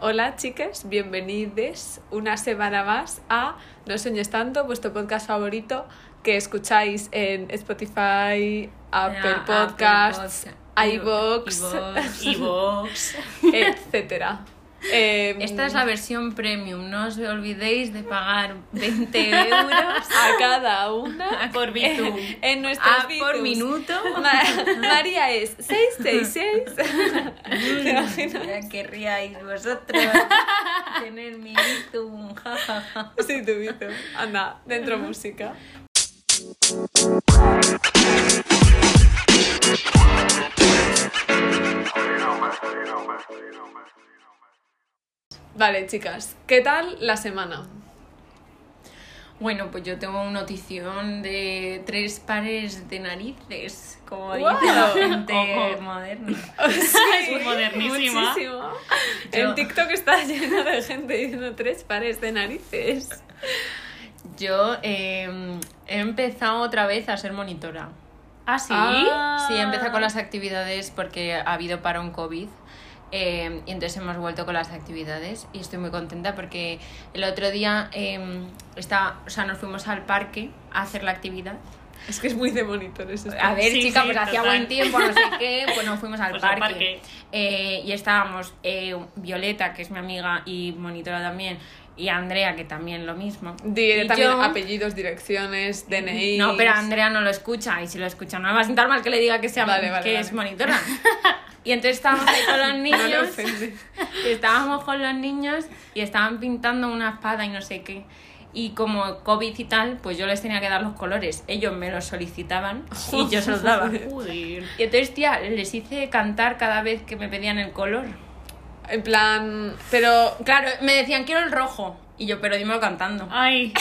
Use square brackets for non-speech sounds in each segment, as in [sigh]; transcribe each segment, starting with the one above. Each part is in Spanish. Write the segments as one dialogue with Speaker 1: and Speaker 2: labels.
Speaker 1: Hola chicas, bienvenidos una semana más a No sueñes tanto, vuestro podcast favorito que escucháis en Spotify, Apple
Speaker 2: Ah,
Speaker 1: Podcasts,
Speaker 2: Apple
Speaker 1: iVoox,
Speaker 2: Podcast, iVoox, iVoox.
Speaker 1: [laughs] etcétera. Em,
Speaker 2: Esta es la versión premium, no os olvidéis de pagar 20
Speaker 1: [laughs]
Speaker 2: euros
Speaker 1: a cada
Speaker 2: [laughs]
Speaker 1: una
Speaker 2: por Bitum.
Speaker 1: en, en nuestras
Speaker 2: Ah,
Speaker 1: Bitus. [laughs]
Speaker 2: por minuto.
Speaker 1: Ma- María es 666.
Speaker 2: [laughs]
Speaker 1: [laughs] ¿Te imaginas?
Speaker 2: Ya querríais vosotros
Speaker 1: [laughs]
Speaker 2: tener mi Bitum. ja, ja, ja.
Speaker 1: [laughs] Sí, tu Bitu. Anda, dentro música. Vale, chicas, ¿qué tal la semana?
Speaker 2: bueno, pues yo tengo una notición de tres pares de narices, como
Speaker 1: Guau.
Speaker 2: dice la gente
Speaker 3: Ojo.
Speaker 2: moderna.
Speaker 1: Sí,
Speaker 3: modernísima.
Speaker 1: muchísimo.
Speaker 2: Yo-
Speaker 1: El TikTok está lleno de gente diciendo tres pares de narices.
Speaker 2: Yo eh, he empezado otra vez a ser monitora.
Speaker 3: ¿Ah, sí?
Speaker 1: Ah.
Speaker 2: Sí, he empezado con las actividades porque ha habido parón COVID. eh, y entonces hemos vuelto con las actividades y estoy muy contenta porque el otro día eh, está, o sea, nos fuimos al parque a hacer la actividad.
Speaker 1: Es que es muy de monitores. esto.
Speaker 2: A ver,
Speaker 3: Sí,
Speaker 2: chica,
Speaker 3: sí,
Speaker 2: pues hacía
Speaker 3: total.
Speaker 2: buen tiempo, no sé
Speaker 3: [laughs]
Speaker 2: qué, pues nos fuimos al
Speaker 3: Pues al
Speaker 2: parque.
Speaker 3: parque.
Speaker 2: Eh, y estábamos eh, Violeta, que es mi amiga y monitora también, y Andrea, que también lo mismo.
Speaker 1: Diré
Speaker 2: Y
Speaker 1: también
Speaker 2: yo-
Speaker 1: apellidos, direcciones, DNI.
Speaker 2: No, pero Andrea no lo escucha y si lo escucha no me va a sentar mal que le diga que, sea,
Speaker 1: Vale, vale,
Speaker 2: que
Speaker 1: vale.
Speaker 2: es [laughs] monitora. Y entonces estábamos ahí con los
Speaker 1: No le
Speaker 2: niños,
Speaker 1: ofende.
Speaker 2: y estábamos con los niños y estaban pintando una espada y no sé qué. Y como COVID y tal, pues yo les tenía que dar los colores. Ellos me los solicitaban y yo se [laughs] los daba.
Speaker 3: Joder.
Speaker 2: Y entonces, tía, les hice cantar cada vez que me pedían el color.
Speaker 1: En plan, pero
Speaker 2: Claro, me decían, quiero el rojo. Y yo, pero dímelo cantando.
Speaker 3: Ay,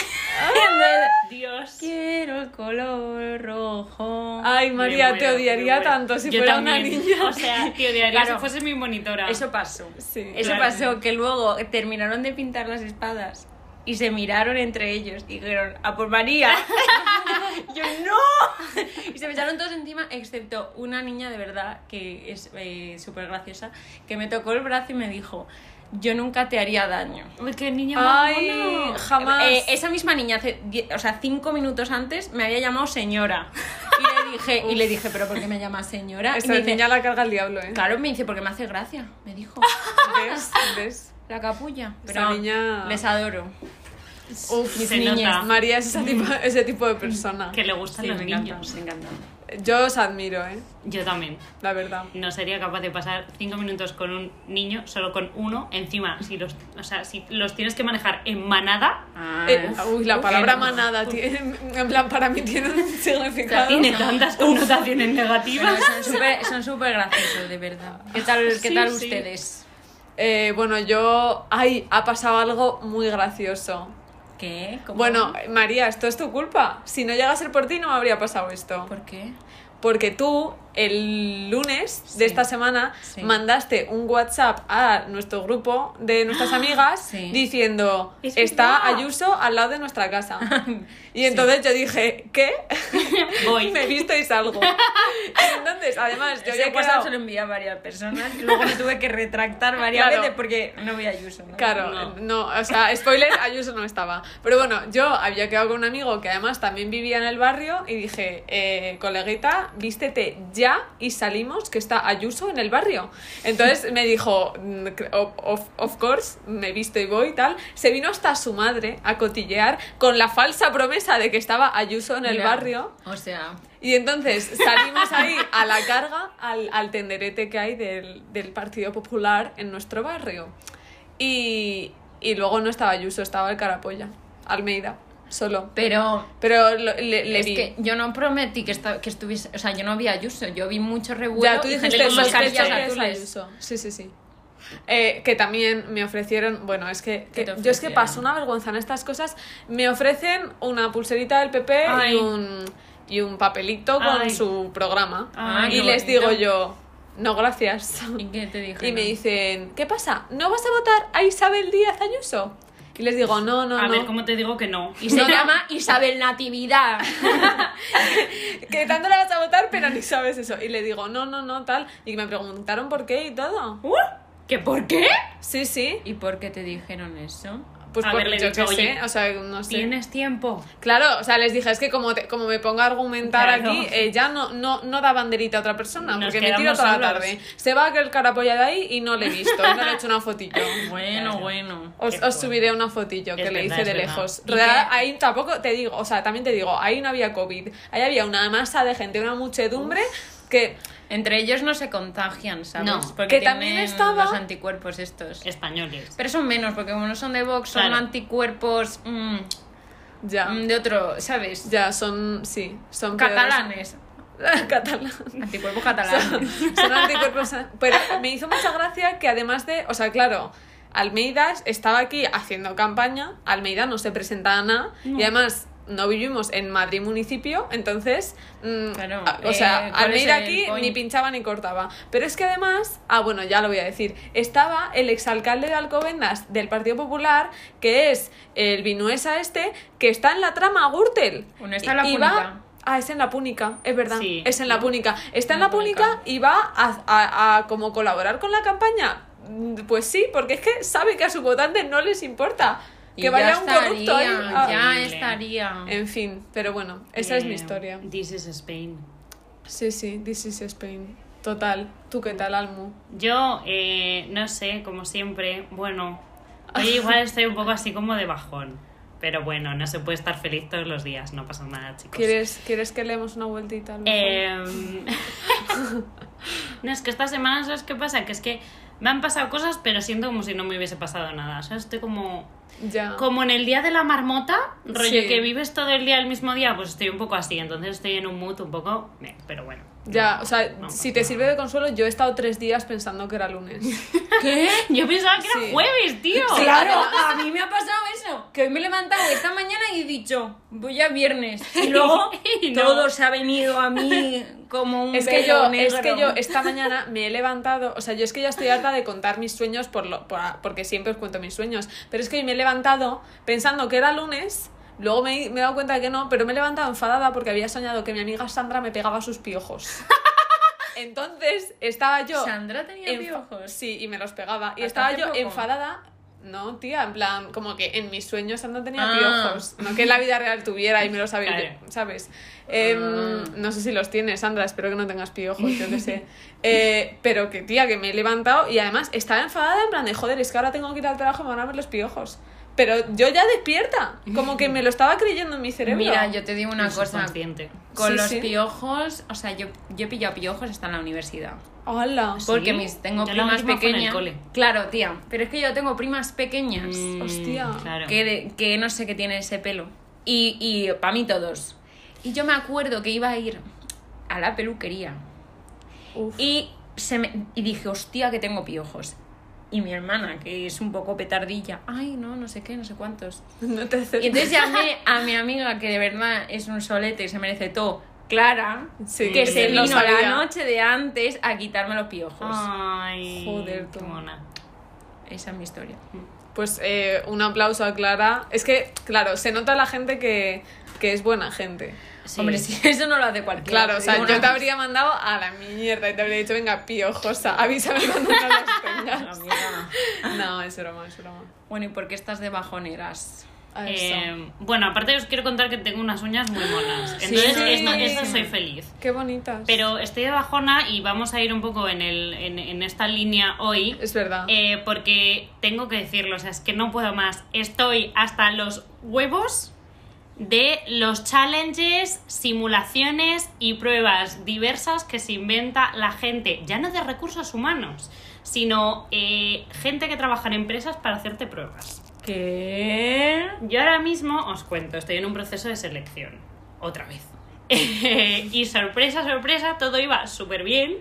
Speaker 3: Dios.
Speaker 2: "Ah, Quiero el color rojo.
Speaker 1: Ay,
Speaker 3: Qué
Speaker 1: María, te
Speaker 3: bueno,
Speaker 1: odiaría
Speaker 3: qué bueno.
Speaker 1: tanto si
Speaker 3: Yo
Speaker 1: fuera
Speaker 3: también.
Speaker 1: una niña.
Speaker 3: O sea, te odiaría
Speaker 2: Claro.
Speaker 3: si fuese mi monitora.
Speaker 2: Eso pasó.
Speaker 1: Ah. Sí.
Speaker 2: Eso
Speaker 3: Claro.
Speaker 2: pasó, que luego terminaron de pintar las espadas y se miraron entre ellos y dijeron, ¡a por
Speaker 1: [laughs]
Speaker 2: María! [laughs] yo, ¡no! Y se me echaron todos encima, excepto una niña de verdad, que es eh, súper graciosa, que me tocó el brazo y me dijo, yo nunca te haría daño.
Speaker 3: Uy, qué niña más
Speaker 1: Ay,
Speaker 3: mona.
Speaker 1: Oh, jamás.
Speaker 2: Eh, esa misma niña, hace die- o sea, cinco minutos antes, me había llamado señora. Y le dije, y le dije ¿pero por qué me llamas señora? y
Speaker 1: Esa
Speaker 2: me dice,
Speaker 1: niña la carga el diablo, ¿eh?
Speaker 2: claro, me dice, porque me hace gracia,
Speaker 1: [laughs]
Speaker 2: me dijo.
Speaker 1: ¿Ves? ¿Ves?
Speaker 2: La capulla.
Speaker 1: Esa niña-
Speaker 2: Les adoro.
Speaker 1: Uf,
Speaker 2: Mis
Speaker 3: se
Speaker 2: niñas.
Speaker 3: nota.
Speaker 1: María es ese tipo, ese tipo de persona.
Speaker 3: Que le gustan
Speaker 2: Sí,
Speaker 3: los
Speaker 2: me
Speaker 3: niños.
Speaker 2: encantan, me encantan.
Speaker 1: Yo os admiro, ¿eh?
Speaker 3: Yo también.
Speaker 1: La verdad.
Speaker 3: No sería capaz de pasar cinco minutos con un niño, solo con uno. Encima, si los, o sea, si los tienes que manejar en manada,
Speaker 1: Eh, uy, la palabra
Speaker 2: uf.
Speaker 1: manada, tiene, en plan, para mí tiene un significado. [laughs]
Speaker 3: tiene tantas connotaciones negativas.
Speaker 2: Son súper son súper graciosos, de verdad. ¿Qué tal, qué
Speaker 3: Sí,
Speaker 2: tal
Speaker 3: sí.
Speaker 2: ustedes?
Speaker 1: Eh, bueno, yo. Ay, ha pasado algo muy gracioso.
Speaker 2: ¿Qué? ¿Cómo?
Speaker 1: Bueno, María, esto es tu culpa. Si no llega a ser por ti, no me habría pasado esto.
Speaker 2: ¿Por qué?
Speaker 1: Porque tú, el lunes de
Speaker 2: Sí.
Speaker 1: esta semana,
Speaker 2: Sí.
Speaker 1: mandaste un WhatsApp a nuestro grupo de
Speaker 2: [gasps]
Speaker 1: nuestras amigas
Speaker 2: Sí.
Speaker 1: diciendo:
Speaker 3: Es
Speaker 1: Está
Speaker 3: verdad".
Speaker 1: Ayuso al lado de nuestra
Speaker 2: [laughs]
Speaker 1: casa. Y entonces yo dije: ¿Qué? [laughs]
Speaker 3: Voy.
Speaker 1: Me visteis
Speaker 2: [laughs]
Speaker 1: algo. Y entonces, además, yo
Speaker 2: Yo
Speaker 1: había
Speaker 2: ya pasado
Speaker 1: quedado.
Speaker 2: se lo envié a varias personas y luego me tuve que [laughs] retractar varias
Speaker 1: Claro.
Speaker 2: veces porque no voy a Yuso, ¿no?
Speaker 1: Claro,
Speaker 3: No.
Speaker 1: no. o sea, spoiler, [laughs] Ayuso no estaba. Pero bueno, yo había quedado con un amigo que además también vivía en el barrio y dije, eh, coleguita, vístete ya y salimos, que está Ayuso en el barrio. Entonces me dijo, mm, cre- of, of- of course, me visto y voy y tal. Se vino hasta su madre a cotillear con la falsa promesa de que estaba Ayuso en el
Speaker 2: Mira,
Speaker 1: barrio.
Speaker 2: O sea,
Speaker 1: Y entonces salimos ahí a la carga, al, al tenderete que hay del, del Partido Popular en nuestro barrio. Y, y luego no estaba Ayuso, estaba el Carapolla, Almeida, solo.
Speaker 2: pero
Speaker 1: Pero lo- le, le
Speaker 2: es
Speaker 1: vi.
Speaker 2: que yo no prometí que, esta- que estuviese, o sea, yo no vi a Yuso, yo vi mucho revuelo
Speaker 1: Ya, tú
Speaker 2: y gente
Speaker 1: dijiste
Speaker 2: con
Speaker 3: "Sospecho
Speaker 2: mascarillas
Speaker 3: que es
Speaker 2: azules".
Speaker 1: Sí, sí, sí. Eh, que también me ofrecieron, bueno, es que,
Speaker 2: ¿Qué
Speaker 1: que-
Speaker 2: te
Speaker 1: yo es que
Speaker 2: ofrecieron?
Speaker 1: paso una vergüenza en estas cosas. Me ofrecen una pulserita del PP y
Speaker 3: Ay.
Speaker 1: un, y un papelito con
Speaker 3: Ay.
Speaker 1: su programa.
Speaker 3: Ay,
Speaker 1: y
Speaker 2: Ah, qué
Speaker 1: les
Speaker 2: bonito.
Speaker 1: digo yo, no gracias.
Speaker 2: ¿Y qué te dije?
Speaker 1: Y me dicen, ¿qué pasa? ¿No vas a votar a Isabel Díaz Ayuso? Y les digo, no, no,
Speaker 3: A
Speaker 1: no.
Speaker 3: ver, ¿cómo te digo que no?
Speaker 2: Y se llama Isabel Natividad.
Speaker 1: [laughs] Que tanto la vas a votar, pero ni sabes eso. Y le digo, no, no, no, tal. Y me preguntaron por qué y todo.
Speaker 3: ¡Uh! ¿Que por qué?
Speaker 1: Sí, sí.
Speaker 2: ¿Y por qué te dijeron eso?
Speaker 1: Pues
Speaker 3: A
Speaker 1: por,
Speaker 3: ver, le
Speaker 1: yo
Speaker 3: dije,
Speaker 1: qué
Speaker 3: "Oye,
Speaker 1: sé, o sea, no sé.
Speaker 3: Tienes tiempo.
Speaker 1: Claro, o sea, les dije, es que como, te- como me pongo a argumentar
Speaker 3: Claro.
Speaker 1: aquí, eh, ya no, no, no da banderita a otra persona,
Speaker 3: Nos
Speaker 1: porque me tiro
Speaker 3: quedamos
Speaker 1: toda la
Speaker 3: solos.
Speaker 1: tarde. Se va aquel carapolla de ahí y no le he visto, y no le he hecho una
Speaker 3: [laughs]
Speaker 1: fotillo.
Speaker 2: Bueno,
Speaker 3: Claro.
Speaker 2: bueno.
Speaker 1: Os,
Speaker 3: Qué
Speaker 1: os subiré una fotillo que
Speaker 3: Es
Speaker 1: le
Speaker 3: verdad,
Speaker 1: hice
Speaker 3: es
Speaker 1: de
Speaker 3: verdad.
Speaker 1: lejos.
Speaker 2: ¿Y
Speaker 1: Real,
Speaker 2: qué?
Speaker 1: ahí tampoco te digo, o sea, también te digo, ahí no había COVID, ahí había una masa de gente, una muchedumbre que
Speaker 2: Entre ellos no se contagian, ¿sabes?
Speaker 3: No.
Speaker 2: Porque
Speaker 1: Que también
Speaker 2: tienen
Speaker 1: estaba-
Speaker 2: los anticuerpos estos.
Speaker 3: Españoles.
Speaker 2: Pero son menos, porque como no son de Vox, son
Speaker 3: Claro.
Speaker 2: anticuerpos mm,
Speaker 1: ya,
Speaker 2: mm, de otro, ¿sabes?
Speaker 1: ya son, sí, son peores.
Speaker 2: Catalanes.
Speaker 1: [laughs] Catalán. [laughs]
Speaker 2: Anticuerpos catalanes.
Speaker 1: Son anticuerpos. Pero me hizo mucha gracia que además de. O sea, claro. Almeida estaba aquí haciendo campaña, Almeida no se presentaba a nada y además no vivimos en Madrid municipio, entonces, mm,
Speaker 2: Claro,
Speaker 1: a- o
Speaker 2: eh,
Speaker 1: sea,
Speaker 2: ¿cuál
Speaker 1: Almeida
Speaker 2: es el
Speaker 1: aquí ni
Speaker 2: point?
Speaker 1: pinchaba ni cortaba. Pero es que además, ah, bueno, ya lo voy a decir, estaba el exalcalde de Alcobendas del Partido Popular, que es el Vinuesa este, que está en la trama Gürtel.
Speaker 2: Uno está en la
Speaker 1: Y va-
Speaker 2: Púnica.
Speaker 1: Ah, es en la Púnica, es verdad.
Speaker 3: Sí.
Speaker 1: es en la Púnica. Está en la
Speaker 2: La Púnica.
Speaker 1: Púnica y va a, a- a como colaborar con la campaña. Mm, Pues sí, porque es que sabe que a sus votantes no les importa que
Speaker 2: Y ya
Speaker 1: vaya un corrupto ahí.
Speaker 2: estaría,
Speaker 1: Ah,
Speaker 2: Ya
Speaker 3: Horrible.
Speaker 2: estaría.
Speaker 1: En fin, pero bueno, esa es mi
Speaker 3: Eh,
Speaker 1: historia.
Speaker 3: This is Spain.
Speaker 1: Sí, sí, this is Spain. Total. ¿Tú qué tal, Almu?
Speaker 2: Pues
Speaker 3: Yo, eh, no sé, como siempre, bueno, hoy igual estoy un poco así como de bajón. Pero bueno, no se puede estar feliz todos los días, no pasa nada, chicos.
Speaker 1: ¿Quieres, ¿quieres que leemos una vueltita? Almu?
Speaker 2: Eh,
Speaker 3: Em, [laughs] no, es que esta semana, ¿sabes qué pasa? Que es que me han pasado cosas, pero siento como si no me hubiese pasado nada. O sea, estoy como.
Speaker 1: ya.
Speaker 3: Como en el día de la marmota, rollo
Speaker 1: Sí.
Speaker 3: que vives todo el día el mismo día, pues estoy un poco así. Entonces estoy en un mood un poco. meh, Pero bueno.
Speaker 1: Ya, o sea,
Speaker 3: No
Speaker 1: si
Speaker 3: pasa
Speaker 1: te
Speaker 3: nada.
Speaker 1: sirve de consuelo, yo he estado tres días pensando que era
Speaker 2: [laughs]
Speaker 1: lunes.
Speaker 2: ¿Qué?
Speaker 3: Yo pensaba que era
Speaker 1: Sí.
Speaker 3: jueves, tío.
Speaker 2: Claro, a mí me ha pasado eso. Que hoy me he levantado esta mañana y he dicho, voy a viernes. [laughs] Y luego
Speaker 3: Y no.
Speaker 2: todo se ha venido a [laughs] mí como un
Speaker 1: Es que, yo,
Speaker 2: velo
Speaker 1: es
Speaker 2: negro.
Speaker 1: que yo esta mañana me he levantado, o sea, yo es que ya estoy harta de contar mis sueños por lo, por- porque siempre os cuento mis sueños, pero es que hoy me he levantado pensando que era lunes, luego me, he- me he dado cuenta de que no, pero me he levantado enfadada porque había soñado que mi amiga Sandra me pegaba sus piojos.
Speaker 2: [laughs]
Speaker 1: Entonces estaba yo...
Speaker 2: Sandra tenía
Speaker 1: enfa-
Speaker 2: piojos.
Speaker 1: Sí, y me los pegaba. Y
Speaker 2: Hasta
Speaker 1: estaba
Speaker 2: hace
Speaker 1: yo
Speaker 2: poco.
Speaker 1: enfadada. No, tía, en plan, como que en mis sueños Sandra tenía
Speaker 2: Ah.
Speaker 1: piojos. No que en la vida real tuviera y me lo sabía
Speaker 3: Claro.
Speaker 1: yo, ¿sabes? Em,
Speaker 2: Ah.
Speaker 1: No sé si los tienes, Sandra, espero que no tengas piojos, yo qué sé. [laughs] Eh, pero que, tía, que me he levantado y además estaba enfadada en plan de, joder, es que ahora tengo que ir al trabajo y me van a ver los piojos. Pero yo ya despierta, como que me lo estaba creyendo en mi cerebro.
Speaker 2: Mira, yo te digo una
Speaker 3: Un
Speaker 2: cosa.
Speaker 3: subconsciente.
Speaker 2: Con
Speaker 1: Sí,
Speaker 2: los
Speaker 1: sí.
Speaker 2: piojos, o sea, yo, yo he pillado piojos hasta en la universidad.
Speaker 1: ¡Hala!
Speaker 2: Porque
Speaker 3: ¿Sí?
Speaker 2: mis, tengo
Speaker 3: Yo la
Speaker 2: primas
Speaker 3: última fue en el
Speaker 2: pequeñas.
Speaker 3: cole.
Speaker 2: Claro, tía. Pero es que yo tengo primas pequeñas.
Speaker 3: Mm,
Speaker 1: Hostia.
Speaker 3: Claro.
Speaker 2: que, de- que no sé qué tiene ese pelo. Y, y para mí todos. Y yo me acuerdo que iba a ir a la peluquería
Speaker 1: Uf.
Speaker 2: y, se me, y dije, hostia, que tengo piojos. Y mi hermana, que es un poco petardilla, ay, no, no sé qué, no sé cuántos.
Speaker 1: No te
Speaker 2: Y entonces llamé a mi amiga, que de verdad es un solete y se merece todo, Clara,
Speaker 1: [laughs] Sí,
Speaker 2: que se
Speaker 1: lo
Speaker 2: vino
Speaker 1: sabía. Ah.
Speaker 2: la noche de antes a quitarme los piojos.
Speaker 3: Ay,
Speaker 1: Joder,
Speaker 3: qué
Speaker 1: tú.
Speaker 3: mona.
Speaker 2: Esa es mi historia.
Speaker 1: Pues eh, un aplauso a Clara. Es que, claro, se nota la gente que, que es buena gente.
Speaker 3: Sí.
Speaker 2: Hombre,
Speaker 3: [laughs]
Speaker 2: si [laughs] eso no lo hace cualquiera.
Speaker 1: Claro, o
Speaker 2: te
Speaker 1: sea,
Speaker 2: digo
Speaker 1: yo
Speaker 2: una
Speaker 1: te habría mandado a la mierda y te habría dicho, venga, piojosa, avísame cuando no
Speaker 3: [laughs]
Speaker 1: las tengas.
Speaker 2: amiga.
Speaker 1: No, es broma, es broma.
Speaker 2: Bueno, ¿y por qué estás de bajoneras?
Speaker 1: A eso.
Speaker 3: Eh, bueno, aparte os quiero contar que tengo unas uñas muy monas.
Speaker 2: Sí.
Speaker 3: Entonces,
Speaker 1: Sí.
Speaker 3: esto, esto soy feliz.
Speaker 1: Qué bonitas.
Speaker 3: Pero estoy de bajona y vamos a ir un poco en, el, en, en esta línea hoy.
Speaker 1: Es verdad.
Speaker 3: eh, porque tengo que decirlo, o sea, es que no puedo más. Estoy hasta los huevos de los challenges, simulaciones y pruebas diversas que se inventa la gente, ya no de recursos humanos, sino eh, gente que trabaja en empresas para hacerte pruebas.
Speaker 2: ¿Qué?
Speaker 3: Yo ahora mismo os cuento, estoy en un proceso de selección. Otra vez. [laughs] Eh, y sorpresa, sorpresa, todo iba súper bien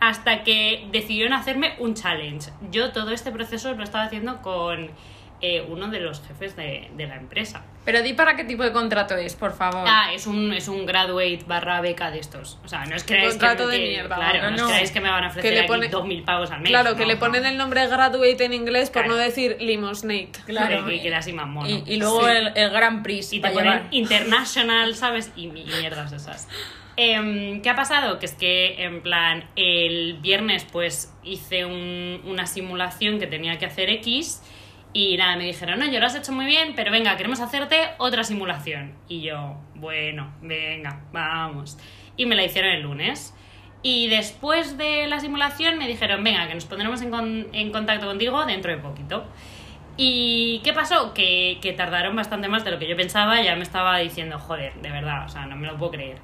Speaker 3: hasta que decidieron hacerme un challenge. Yo todo este proceso lo estaba haciendo con eh, uno de los jefes de, de la empresa.
Speaker 2: Pero di para qué tipo de contrato es, por favor.
Speaker 3: Ah, es un, es un graduate barra beca de estos. O sea, no os creáis que,
Speaker 1: Contrato de
Speaker 3: que-
Speaker 1: mierda,
Speaker 3: claro,
Speaker 2: no,
Speaker 3: no os
Speaker 2: no.
Speaker 3: creáis que me van a ofrecer
Speaker 1: le
Speaker 3: aquí
Speaker 1: pone-
Speaker 3: 2.000 pavos al mes.
Speaker 1: claro, que
Speaker 3: No,
Speaker 1: le
Speaker 3: no.
Speaker 1: ponen el nombre graduate en inglés por
Speaker 3: Claro.
Speaker 1: no decir limosnate.
Speaker 2: Claro.
Speaker 3: Que queda así más mono.
Speaker 2: y, y luego
Speaker 1: Sí.
Speaker 2: el, el Grand Prix
Speaker 3: Y te
Speaker 2: para
Speaker 3: ponen
Speaker 2: llevar.
Speaker 3: international, ¿sabes? Y, mi- y mierdas esas. Em, ¿Qué ha pasado? Que es que, en plan, el viernes pues hice un- una simulación que tenía que hacer X y nada, me dijeron, no, yo lo has hecho muy bien, pero venga, queremos hacerte otra simulación. Y yo, bueno, venga, vamos. Y me la hicieron el lunes. Y después de la simulación me dijeron, venga, que nos pondremos en, con- en contacto contigo dentro de poquito. ¿Y qué pasó? Que, que tardaron bastante más de lo que yo pensaba, ya me estaba diciendo, joder, de verdad, o sea, no me lo puedo creer.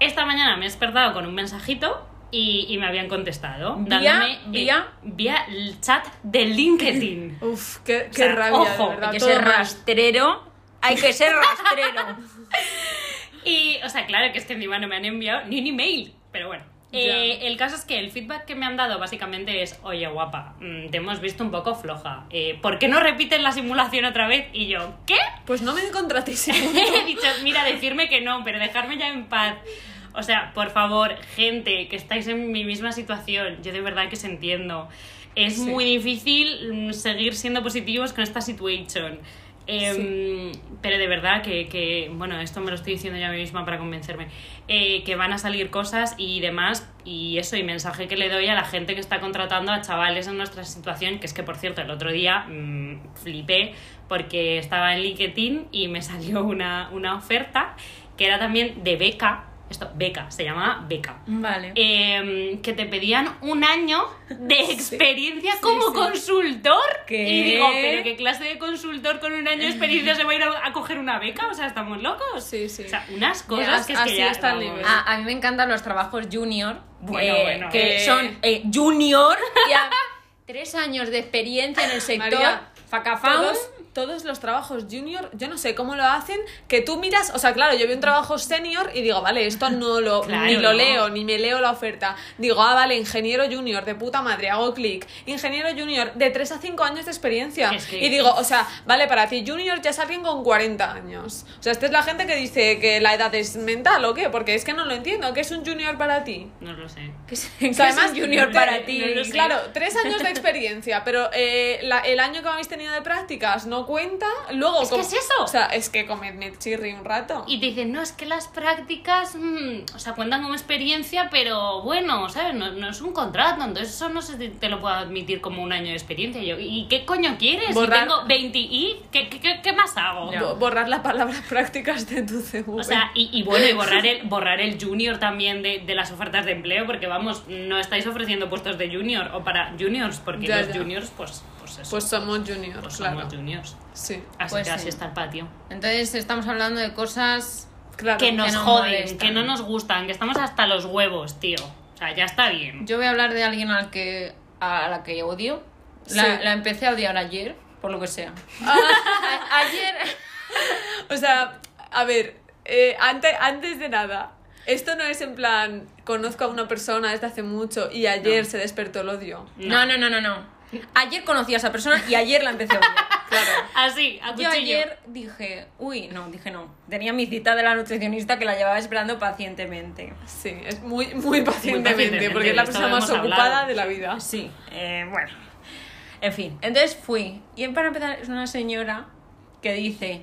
Speaker 3: Esta mañana me he despertado con un mensajito y, y me habían contestado.
Speaker 1: Vía-
Speaker 3: dándome, eh,
Speaker 1: vía-
Speaker 3: vía el chat
Speaker 1: [laughs]
Speaker 3: de LinkedIn.
Speaker 1: Uf, qué,
Speaker 3: O
Speaker 1: qué
Speaker 3: sea,
Speaker 1: rabia,
Speaker 3: ojo,
Speaker 1: de verdad.
Speaker 2: Hay que
Speaker 1: todo
Speaker 2: ser
Speaker 1: mal.
Speaker 2: rastrero. Hay que
Speaker 1: [laughs]
Speaker 2: ser rastrero.
Speaker 3: Y, o sea, claro que es que encima no me han enviado ni un email, pero bueno.
Speaker 1: Ya.
Speaker 3: Eh, el caso es que el feedback que me han dado básicamente es, oye guapa, mm, te hemos visto un poco floja, eh, ¿por qué no repites la simulación otra vez? Y yo, ¿qué? [laughs]
Speaker 1: Pues no me contratéis.
Speaker 3: He dicho, mira, decirme que no, pero dejarme ya en paz. O sea, por favor, gente que estáis en mi misma situación, yo de verdad que os entiendo. Es
Speaker 1: Sí.
Speaker 3: muy difícil mm, seguir siendo positivos con esta situación. Em, Pero de verdad que, que, bueno, esto me lo estoy diciendo ya a mí misma para convencerme, eh, que van a salir cosas y demás, y eso, y mensaje que le doy a la gente que está contratando a chavales en nuestra situación, que es que, por cierto, el otro día mm, flipé porque estaba en LinkedIn y me [laughs] salió una, una oferta que era también de beca, esto, beca, se llamaba beca.
Speaker 2: Vale.
Speaker 3: em, que te pedían un año
Speaker 1: [laughs]
Speaker 3: de experiencia como consultor.
Speaker 2: ¿Qué?
Speaker 3: Y digo, pero qué clase de consultor con un año de experiencia se va a ir a, a coger una beca, o sea, estamos locos.
Speaker 1: Sí, sí.
Speaker 3: O sea, unas
Speaker 1: Ya,
Speaker 3: cosas que es
Speaker 1: así
Speaker 3: que ya
Speaker 1: está el
Speaker 3: vamos.
Speaker 1: nivel.
Speaker 2: A, a mí me encantan los trabajos junior,
Speaker 3: Bueno,
Speaker 2: eh,
Speaker 3: bueno.
Speaker 2: que
Speaker 1: Eh.
Speaker 2: son eh, junior,
Speaker 1: [laughs]
Speaker 2: ya tres años de experiencia en el sector,
Speaker 1: María,
Speaker 2: facafaun.
Speaker 1: todos, todos los trabajos junior, yo no sé cómo lo hacen, que tú miras, o sea, claro, yo vi un trabajo senior y digo, vale, esto no lo,
Speaker 3: [laughs] Claro,
Speaker 1: ni lo
Speaker 3: no.
Speaker 1: leo, ni me leo la oferta. Digo, ah, vale, ingeniero junior, de puta madre, hago clic. Ingeniero junior, de 3 a 5 años de experiencia.
Speaker 3: Es que-
Speaker 1: Y digo, o sea, vale, para ti junior ya es alguien con 40 años. O sea, esta es la gente que dice que la edad es mental o qué, porque es que no lo entiendo, ¿qué es un junior para ti?
Speaker 3: No lo sé.
Speaker 2: Que es- que
Speaker 1: O sea,
Speaker 2: es un junior
Speaker 1: te-
Speaker 2: para ti.
Speaker 3: no lo sé.
Speaker 1: Claro, tres años
Speaker 3: [laughs]
Speaker 1: de experiencia, pero eh, la- el año que habéis tenido de prácticas no cuenta. Luego,
Speaker 3: Es que
Speaker 1: com-
Speaker 3: es eso.
Speaker 1: O sea, es que comedme chirri un rato.
Speaker 3: Y te dicen, no, es que las prácticas, mm, o sea, cuentan como experiencia, pero bueno, ¿sabes? No, no es un contrato, entonces eso no sé si te lo puedo admitir como un año de experiencia. Y Yo, ¿y qué coño quieres? Si
Speaker 1: Borrar-
Speaker 3: tengo 20 y, ¿qué, qué, qué- qué más hago?
Speaker 1: Bo- Borrar la palabra [laughs] prácticas de tu CV.
Speaker 3: O
Speaker 2: eh.
Speaker 3: sea, y, y bueno, y
Speaker 2: [laughs]
Speaker 3: borrar el, borrar el junior también de, de las ofertas de empleo, porque vamos, no estáis ofreciendo puestos de junior o para juniors, porque
Speaker 1: Ya,
Speaker 3: los
Speaker 1: ya.
Speaker 3: juniors, pues, pues eso.
Speaker 1: pues somos juniors,
Speaker 3: pues somos
Speaker 1: claro.
Speaker 3: juniors.
Speaker 1: Sí,
Speaker 3: Así
Speaker 2: Pues
Speaker 3: que así
Speaker 2: sí.
Speaker 3: está el patio.
Speaker 2: Entonces estamos hablando de cosas
Speaker 1: claro.
Speaker 3: Que nos
Speaker 2: nos
Speaker 3: joden,
Speaker 2: molestan.
Speaker 3: que no nos gustan, que estamos hasta los huevos, tío. O sea, ya está bien.
Speaker 2: Yo voy a hablar de alguien al que, a la que odio. La,
Speaker 1: Sí.
Speaker 2: la empecé a odiar ayer, por lo que sea. Ah, [laughs] A- ayer.
Speaker 1: O sea, a ver, eh, ante- antes de nada, esto no es en plan, conozco a una persona desde hace mucho y ayer se despertó el odio.
Speaker 2: No. no, no, no, no. Ayer conocí a esa persona y ayer la empecé a odiar.
Speaker 1: Claro.
Speaker 3: [laughs] Así, a
Speaker 2: Yo
Speaker 3: cuchillo.
Speaker 2: ayer dije, uy, no, dije no. Tenía mi cita de la nutricionista que la llevaba esperando pacientemente.
Speaker 1: Sí, es muy, muy pacientemente,
Speaker 3: pacientemente,
Speaker 1: porque es la
Speaker 3: de esto
Speaker 1: persona más
Speaker 3: hemos
Speaker 1: ocupada
Speaker 3: hablado.
Speaker 1: de la vida.
Speaker 2: Sí, eh, bueno. En fin, entonces fui. Y para empezar es una señora que dice,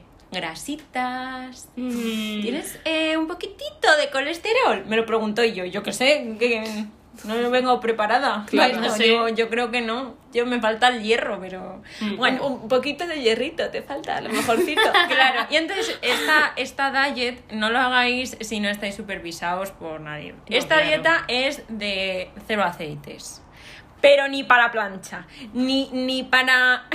Speaker 2: grasitas,
Speaker 3: Mm.
Speaker 2: ¿tienes eh, un poquitito de colesterol? Me lo preguntó y yo, yo qué sé, que no vengo preparada.
Speaker 1: Claro,
Speaker 2: Bueno,
Speaker 3: no sé.
Speaker 2: yo, yo creo que no. Yo me falta el hierro, pero...
Speaker 3: Mm.
Speaker 2: Bueno,
Speaker 1: Un poquito de hierrito te falta, a lo mejorcito.
Speaker 2: Claro, y entonces esta, esta diet no lo hagáis si no estáis supervisados por nadie. esta
Speaker 3: claro.
Speaker 2: dieta es de cero aceites. Pero ni para plancha, ni, ni para.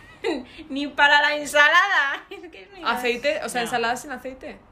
Speaker 2: [laughs] ni para la ensalada. [laughs] Es que es muy
Speaker 1: Aceite, o sea,
Speaker 3: No.
Speaker 1: ensalada sin aceite.
Speaker 2: gracioso.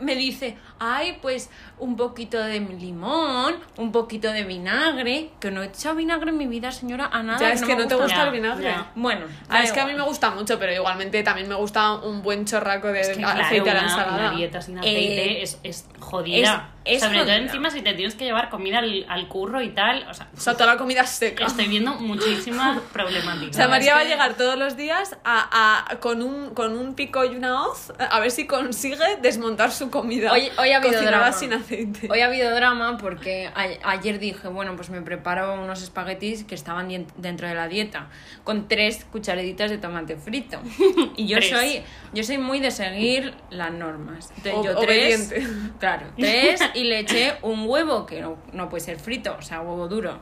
Speaker 2: Me dice, ay, pues un poquito de limón, un poquito de vinagre. Que no he echado vinagre en mi vida, señora, a nada.
Speaker 1: ya es que
Speaker 2: Ah, me
Speaker 1: no te gusta
Speaker 3: Ya,
Speaker 1: el vinagre.
Speaker 3: ya.
Speaker 2: Bueno,
Speaker 1: Ah,
Speaker 2: da
Speaker 1: es que a
Speaker 2: igual.
Speaker 1: mí me gusta mucho, pero igualmente también me gusta un buen chorraco de
Speaker 3: Que, claro,
Speaker 1: aceite a la
Speaker 3: una-
Speaker 1: ensalada.
Speaker 3: Una dieta sin aceite
Speaker 2: Eh,
Speaker 3: es, es jodida.
Speaker 2: es- es
Speaker 3: Sobre todo
Speaker 2: jodida.
Speaker 3: encima si te tienes que llevar comida al, al curro y tal. O sea,
Speaker 1: O sea, toda la comida seca.
Speaker 3: estoy viendo muchísimas problemáticas.
Speaker 1: O sea, María
Speaker 2: es
Speaker 1: va a
Speaker 2: que-
Speaker 1: llegar todos los días a, a- con, un, con un pico y una hoz a ver si consigue desmontar su comida.
Speaker 2: Hoy- hoy ha habido
Speaker 1: cocinada
Speaker 2: drama.
Speaker 1: sin aceite.
Speaker 2: Hoy ha habido drama porque a- ayer dije, bueno, pues me preparo unos espaguetis que estaban dien- dentro de la dieta, con tres cucharaditas de tomate frito.
Speaker 1: [laughs]
Speaker 2: Y yo
Speaker 3: Tres.
Speaker 2: soy, yo soy muy de seguir las normas. Entonces,
Speaker 1: Ob-
Speaker 2: yo tres,
Speaker 1: obediente.
Speaker 2: claro, tres y le eché un huevo que no, no puede ser frito, o sea, huevo duro.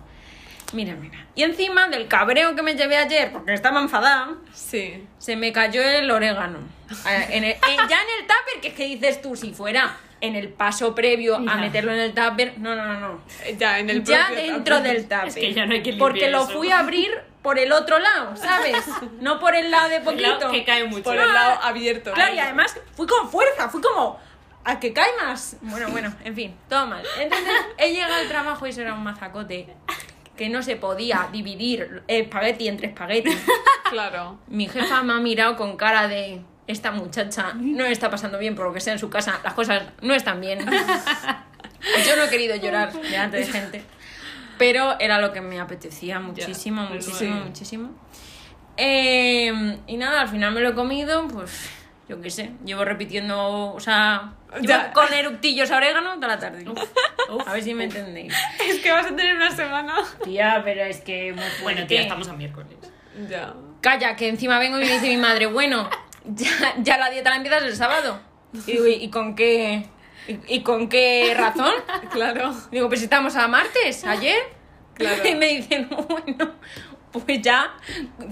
Speaker 2: Mira, mira. Y encima del cabreo que me llevé ayer, porque estaba enfadada,
Speaker 1: Sí.
Speaker 2: se me cayó el orégano. Ah, en el- en- ya en el tupper, que es que dices tú, si fuera en el paso previo
Speaker 3: Ya.
Speaker 2: a meterlo en el tupper, no, no, no, no.
Speaker 1: Eh, Ya, en el
Speaker 2: ya
Speaker 1: propio
Speaker 2: dentro
Speaker 1: tupper.
Speaker 2: del tupper.
Speaker 3: Es que ya no hay quien
Speaker 2: Porque
Speaker 3: limpie
Speaker 2: lo
Speaker 3: eso.
Speaker 2: fui a abrir por el otro lado,
Speaker 3: [laughs]
Speaker 2: ¿sabes? No por el lado de
Speaker 3: Por el lado
Speaker 2: poquito.
Speaker 3: que cae mucho.
Speaker 1: Por el lado abierto.
Speaker 2: Claro, y además fui con fuerza, fui como a que cae más. Bueno, bueno, en fin, todo mal. Entonces he llegado al trabajo y eso era un mazacote que no se podía dividir espagueti entre espagueti.
Speaker 1: Claro.
Speaker 2: Mi jefa me ha mirado con cara de esta muchacha no está pasando bien por lo que sea en su casa, las cosas no
Speaker 1: [laughs]
Speaker 2: están bien. Yo no he querido llorar delante de gente, pero era lo que me apetecía muchísimo,
Speaker 3: pero
Speaker 2: muchísimo,
Speaker 1: sí.
Speaker 2: muchísimo. Eh, y nada, al final me lo he comido, pues yo qué sé, llevo repitiendo, o sea, llevo
Speaker 1: Ya.
Speaker 2: con eructillos a orégano toda la tarde. a ver si me entendéis.
Speaker 1: Es que vas a tener una semana.
Speaker 2: Tía, pero es que muy
Speaker 3: Bueno, tía, estamos a miércoles.
Speaker 1: Ya.
Speaker 2: Calla, que encima vengo y me dice mi madre, bueno, ya, ya la dieta la empiezas el sábado. Y digo, ¿y con qué? ¿Y, y con qué razón?
Speaker 1: [laughs] Claro.
Speaker 2: Digo, pues estamos a martes, ayer.
Speaker 1: Claro.
Speaker 2: Y me dicen, bueno, pues ya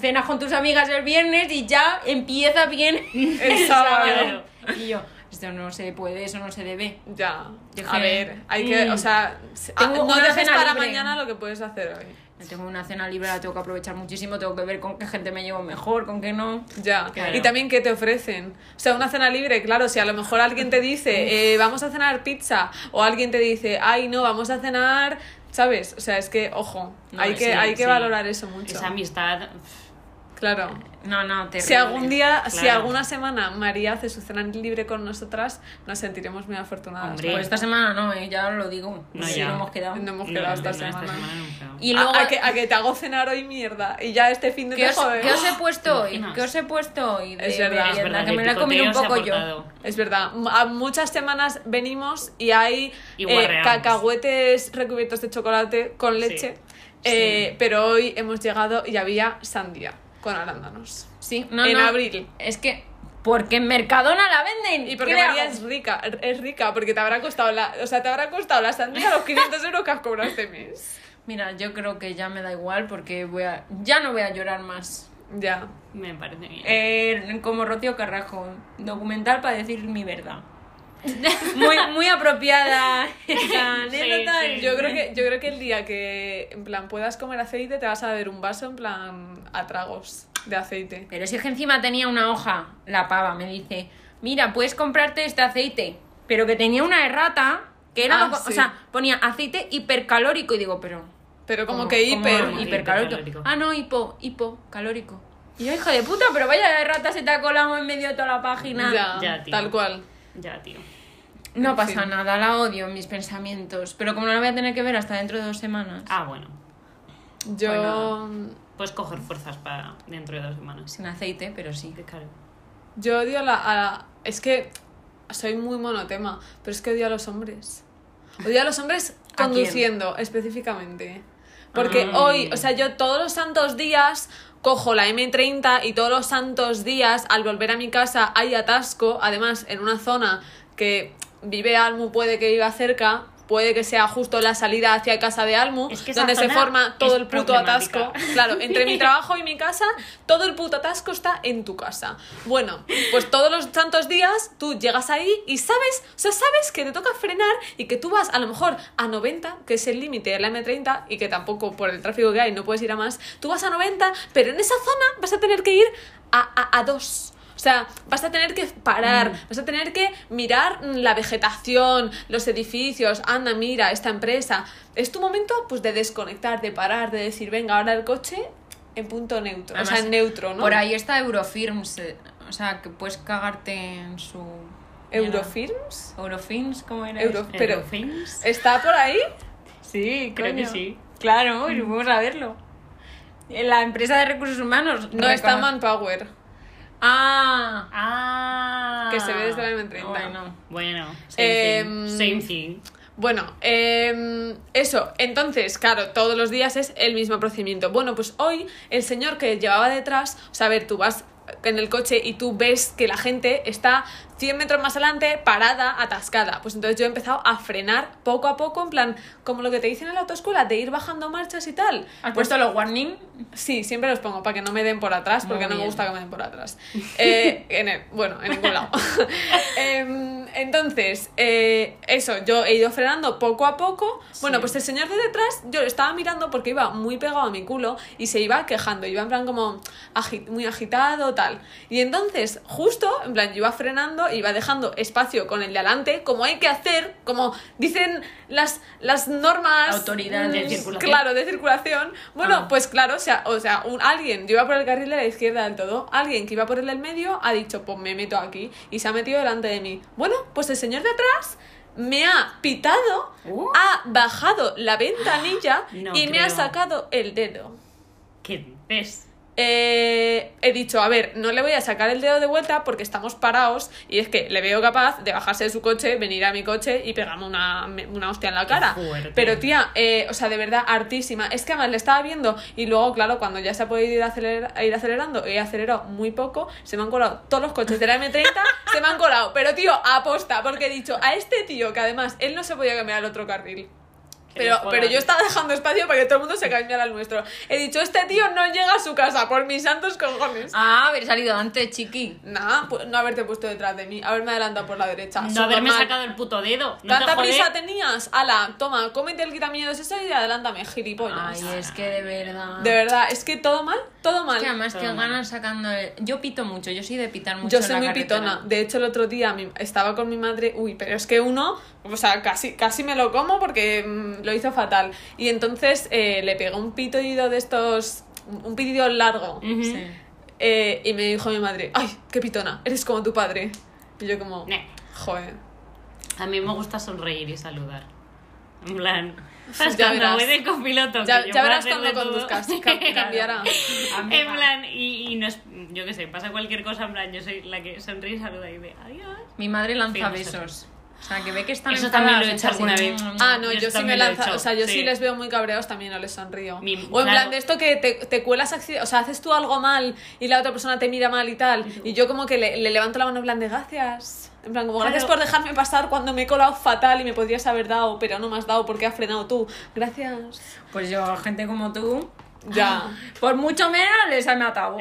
Speaker 2: cenas con tus amigas el viernes y ya empieza bien [laughs] el
Speaker 1: sábado.
Speaker 2: sábado. Y yo, esto no se puede, eso no se debe.
Speaker 1: Ya.
Speaker 2: Dije,
Speaker 1: A ver, hay que, o
Speaker 2: mm,
Speaker 1: sea,
Speaker 2: tengo
Speaker 1: ah, no
Speaker 2: una
Speaker 1: dejes
Speaker 2: cena
Speaker 1: para
Speaker 2: libre.
Speaker 1: mañana lo que puedes hacer hoy.
Speaker 2: Yo Tengo una cena libre, la tengo que aprovechar muchísimo, tengo que ver con qué gente me llevo mejor, con qué no.
Speaker 1: Ya,
Speaker 3: Claro.
Speaker 1: y también qué te ofrecen. O sea, una cena libre, claro, si a lo mejor alguien te dice, eh, vamos a cenar pizza, o alguien te dice, ay, no, vamos a cenar, ¿sabes? O sea, es que, ojo,
Speaker 2: No,
Speaker 1: hay, que,
Speaker 2: sí,
Speaker 1: hay que
Speaker 3: Pues sí.
Speaker 1: valorar eso mucho.
Speaker 3: Esa amistad.
Speaker 1: Claro.
Speaker 2: No, no, te
Speaker 1: Si algún día, si
Speaker 3: claro.
Speaker 1: alguna semana María hace su cena libre con nosotras, nos sentiremos muy afortunadas.
Speaker 3: Hombre.
Speaker 1: ¿vale?
Speaker 2: Pues esta semana no, eh, ya os lo digo.
Speaker 3: No,
Speaker 2: Sí,
Speaker 3: ya.
Speaker 2: no hemos Ah, quedado.
Speaker 1: No hemos
Speaker 3: No,
Speaker 1: quedado esta
Speaker 3: no, no,
Speaker 1: semana.
Speaker 3: no,
Speaker 2: Y
Speaker 1: A-
Speaker 2: luego,
Speaker 1: a, que, a que te hago cenar hoy mierda y ya este fin de
Speaker 2: ¿qué,
Speaker 1: te
Speaker 2: os,
Speaker 1: joder.
Speaker 2: qué os he puesto hoy?
Speaker 3: Imaginas.
Speaker 2: ¿Qué os he puesto hoy? de
Speaker 1: Es verdad,
Speaker 3: Es
Speaker 2: merienda?
Speaker 3: verdad
Speaker 2: que me lo he comido un poco yo.
Speaker 1: Es verdad, M- a muchas semanas venimos y hay
Speaker 3: Y
Speaker 1: eh,
Speaker 3: guarreamos.
Speaker 1: cacahuetes recubiertos de chocolate con leche, eh, pero hoy hemos llegado y había sandía con arándanos.
Speaker 2: Sí, no,
Speaker 1: En
Speaker 2: no,
Speaker 1: abril.
Speaker 2: Es que, porque en Mercadona la venden.
Speaker 1: Y porque
Speaker 2: creo.
Speaker 1: María es rica, r- es rica, porque te habrá costado la, o sea, te habrá costado la sandía los 500 euros que has cobrado este mes.
Speaker 2: Mira, yo creo que ya me da igual porque voy a, ya no voy a llorar más.
Speaker 1: Ya.
Speaker 3: Me parece bien.
Speaker 2: Eh, como Rocío Carrajo, documental para decir mi [laughs] verdad. Muy, muy apropiada esa
Speaker 3: Sí,
Speaker 2: anécdota.
Speaker 3: sí.
Speaker 1: Yo creo que yo creo que el día que en plan puedas comer aceite te vas a beber un vaso en plan a tragos de aceite.
Speaker 2: Pero si es que encima tenía una hoja, la pava me dice, mira, puedes comprarte este aceite, pero que tenía una errata, que era,
Speaker 1: Ah,
Speaker 2: lo co-
Speaker 1: sí.
Speaker 2: o sea, ponía aceite hipercalórico y digo, pero...
Speaker 1: Pero como
Speaker 2: ¿cómo-
Speaker 1: que
Speaker 2: cómo
Speaker 1: hiper
Speaker 2: hipercalórico?
Speaker 3: Hipercalórico.
Speaker 2: Ah, no, hipo, hipocalórico. Y yo, hijo de puta, pero vaya errata se te ha colado en medio de toda la página.
Speaker 1: ya,
Speaker 3: Ya, tío.
Speaker 1: tal cual.
Speaker 3: Ya, tío.
Speaker 2: No
Speaker 1: En
Speaker 2: pasa
Speaker 1: fin.
Speaker 2: nada, la odio en mis pensamientos, pero como no la voy a tener que ver hasta dentro de dos semanas.
Speaker 3: Ah, bueno.
Speaker 1: Yo,
Speaker 3: Puedes coger fuerzas para dentro de dos semanas.
Speaker 2: Sin aceite, pero sí.
Speaker 3: Que claro.
Speaker 1: yo odio a la, a la- Es que soy muy monotema, pero es que odio a los hombres. Odio a los hombres
Speaker 2: quién?
Speaker 1: conduciendo, específicamente. Porque
Speaker 3: Ah.
Speaker 1: hoy, o sea, yo todos los santos días cojo la M30 y todos los santos días al volver a mi casa hay atasco, además en una zona que vive Almu, puede que viva cerca, puede que sea justo la salida hacia casa de Almu,
Speaker 3: Es que esa
Speaker 1: donde se
Speaker 3: zona
Speaker 1: forma todo
Speaker 3: es
Speaker 1: el puto atasco.
Speaker 3: problemática.
Speaker 1: Claro, entre
Speaker 3: [laughs]
Speaker 1: mi trabajo y mi casa, todo el puto atasco está en tu casa. Bueno, pues todos los tantos días tú llegas ahí y sabes, o sea, sabes que te toca frenar y que tú vas a lo mejor a 90, que es el límite de la M30 y que tampoco por el tráfico que hay no puedes ir a más. Tú vas a 90, pero en esa zona vas a tener que ir a, a, a 2. O sea, vas a tener que parar,
Speaker 2: Mm.
Speaker 1: vas a tener que mirar mm, la vegetación, los edificios, anda, mira, esta empresa. Es tu momento pues de desconectar, de parar, de decir, venga, ahora el coche en punto neutro. o sea,
Speaker 2: Además,
Speaker 1: en neutro, ¿no?
Speaker 2: Por ahí está Eurofilms, eh, o sea, que puedes cagarte en su...
Speaker 1: Eurofilms.
Speaker 2: Eurofins, ¿cómo era?
Speaker 1: Euro-
Speaker 2: eso?
Speaker 1: Pero-
Speaker 3: Eurofins.
Speaker 1: ¿Está por ahí?
Speaker 2: Sí,
Speaker 3: Creo
Speaker 2: coño.
Speaker 3: que sí.
Speaker 2: Claro, pues vamos a verlo. La empresa de recursos humanos
Speaker 1: No está
Speaker 2: recono-
Speaker 1: Manpower.
Speaker 2: Ah,
Speaker 3: Ah.
Speaker 1: que se ve desde la M30.
Speaker 2: bueno.
Speaker 3: Bueno, same
Speaker 1: Em,
Speaker 3: thing. Same thing.
Speaker 1: Bueno, em, eso, entonces, claro, todos los días es el mismo procedimiento. Bueno, pues hoy el señor que llevaba detrás, o sea, a ver, tú vas en el coche y tú ves que la gente está 100 metros más adelante, parada, atascada. Pues entonces yo he empezado a frenar poco a poco, en plan, como lo que te dicen en la autoescuela, de ir bajando marchas y tal. Pues
Speaker 2: ¿Has puesto los warning?
Speaker 1: Sí, siempre los pongo para que no me den por atrás, porque
Speaker 2: Muy
Speaker 1: no me
Speaker 2: bien.
Speaker 1: gusta que me den por atrás.
Speaker 2: [laughs]
Speaker 1: Eh, en el- bueno, en ningún lado. [laughs] Em, entonces, eh, eso, yo he ido frenando poco a poco. Bueno, pues el señor de detrás, yo lo estaba mirando porque iba muy pegado a mi culo y se iba quejando, iba en plan como agi- muy agitado, tal. Y entonces, justo, en plan, yo iba frenando, iba dejando espacio con el de adelante, como hay que hacer, como dicen las, las normas.
Speaker 2: Autoridades de
Speaker 1: mm,
Speaker 3: circulación.
Speaker 1: Claro, de circulación. Bueno,
Speaker 2: Ah.
Speaker 1: pues claro, o sea, o sea un, alguien, yo iba por el carril de la izquierda del todo, alguien que iba por el del medio ha dicho, pues me meto aquí y se ha metido delante de mí. Bueno, pues el señor de atrás me ha pitado,
Speaker 3: Uh.
Speaker 1: ha bajado la ventanilla
Speaker 3: [gasps] No
Speaker 1: y me ha
Speaker 3: creo.
Speaker 1: sacado el dedo.
Speaker 3: ¿Qué ves?
Speaker 1: Eh, he dicho, a ver, no le voy a sacar el dedo de vuelta porque estamos parados y es que le veo capaz de bajarse de su coche, venir a mi coche y pegarme una, me- una hostia en la cara.
Speaker 3: fuerte.
Speaker 1: Pero tía, eh, o sea, de verdad, hartísima. Es que además le estaba viendo y luego, claro, cuando ya se ha podido ir, aceler- ir acelerando y aceleró muy poco, se me han colado todos los coches de la M30,
Speaker 3: [laughs]
Speaker 1: se me han colado. Pero tío, aposta, porque he dicho, a este tío que además él no se podía cambiar al otro carril.
Speaker 3: Que
Speaker 1: Pero,
Speaker 3: le jodan.
Speaker 1: pero yo estaba dejando espacio para que todo el mundo se cambiara al nuestro. He dicho, este tío no llega a su casa, por mis santos cojones.
Speaker 2: Ah, haber salido antes, chiqui.
Speaker 1: Nada, pues no haberte puesto detrás de mí, haberme adelantado por la derecha.
Speaker 3: No
Speaker 1: Superman.
Speaker 3: haberme sacado el puto dedo. No te
Speaker 1: ¿Tanta
Speaker 3: jode.
Speaker 1: prisa tenías? Ala, toma, cómete el quitamiedos ese y adelántame, gilipollas.
Speaker 2: Ay, es que de verdad.
Speaker 1: De verdad, es que todo mal, todo mal.
Speaker 2: Es que además que
Speaker 3: Todo mal.
Speaker 2: ganas sacando el... Yo pito mucho, yo soy de pitar mucho
Speaker 1: Yo
Speaker 2: en
Speaker 1: soy
Speaker 2: la
Speaker 1: muy
Speaker 2: carretera.
Speaker 1: pitona. De hecho, el otro día mi- estaba con mi madre. Uy, pero es que uno, o sea, casi, casi me lo como porque mm, lo hizo fatal. Y entonces eh, le pegué un pitido de estos. Un pitido largo.
Speaker 3: Ujú.
Speaker 2: Sí.
Speaker 1: Eh, y me dijo mi madre: ¡Ay, qué pitona! Eres como tu padre. Y yo, como.
Speaker 3: Nah.
Speaker 1: Joder.
Speaker 3: A mí me gusta sonreír y saludar. En plan. ¿Sabes
Speaker 1: Ya
Speaker 3: cuando
Speaker 1: verás.
Speaker 3: voy de copiloto? que
Speaker 1: Ya,
Speaker 3: yo
Speaker 1: ya
Speaker 3: puedo
Speaker 1: verás
Speaker 3: hacer de
Speaker 1: cuando
Speaker 3: todo? [laughs] Mm,
Speaker 1: conduzcas. ca- Cambiará.
Speaker 3: En plan, y, y no es- yo qué sé, pasa cualquier cosa, en plan, yo soy la que sonríe y saluda y dice adiós.
Speaker 2: Mi madre lanza
Speaker 3: Sí,
Speaker 2: besos. O sea, que ve que están
Speaker 3: Eso también lo he
Speaker 2: enfadadas,
Speaker 3: hecho
Speaker 2: es así,
Speaker 3: alguna vez.
Speaker 2: mm, mm, mm.
Speaker 1: Ah, no,
Speaker 3: Yo
Speaker 1: yo,
Speaker 3: eso
Speaker 1: sí me
Speaker 3: también lo he
Speaker 1: lanzo.
Speaker 3: hecho,
Speaker 1: O sea, yo sí.
Speaker 3: sí.
Speaker 1: les veo muy cabreados, también no les sonrío.
Speaker 3: Mi-
Speaker 1: o en plan
Speaker 3: claro.
Speaker 1: de esto que te, te cuelas, acci- o sea, haces tú algo mal y la otra persona te mira mal y tal. Y yo como que le, le levanto la mano en plan de gracias. En plan, como
Speaker 3: Claro.
Speaker 1: gracias por dejarme pasar cuando me he colado fatal y me podrías haber dado, pero no me has dado porque has frenado tú. Gracias.
Speaker 2: Pues yo, gente como tú,
Speaker 1: Ya.
Speaker 2: [laughs] por mucho menos les he matado.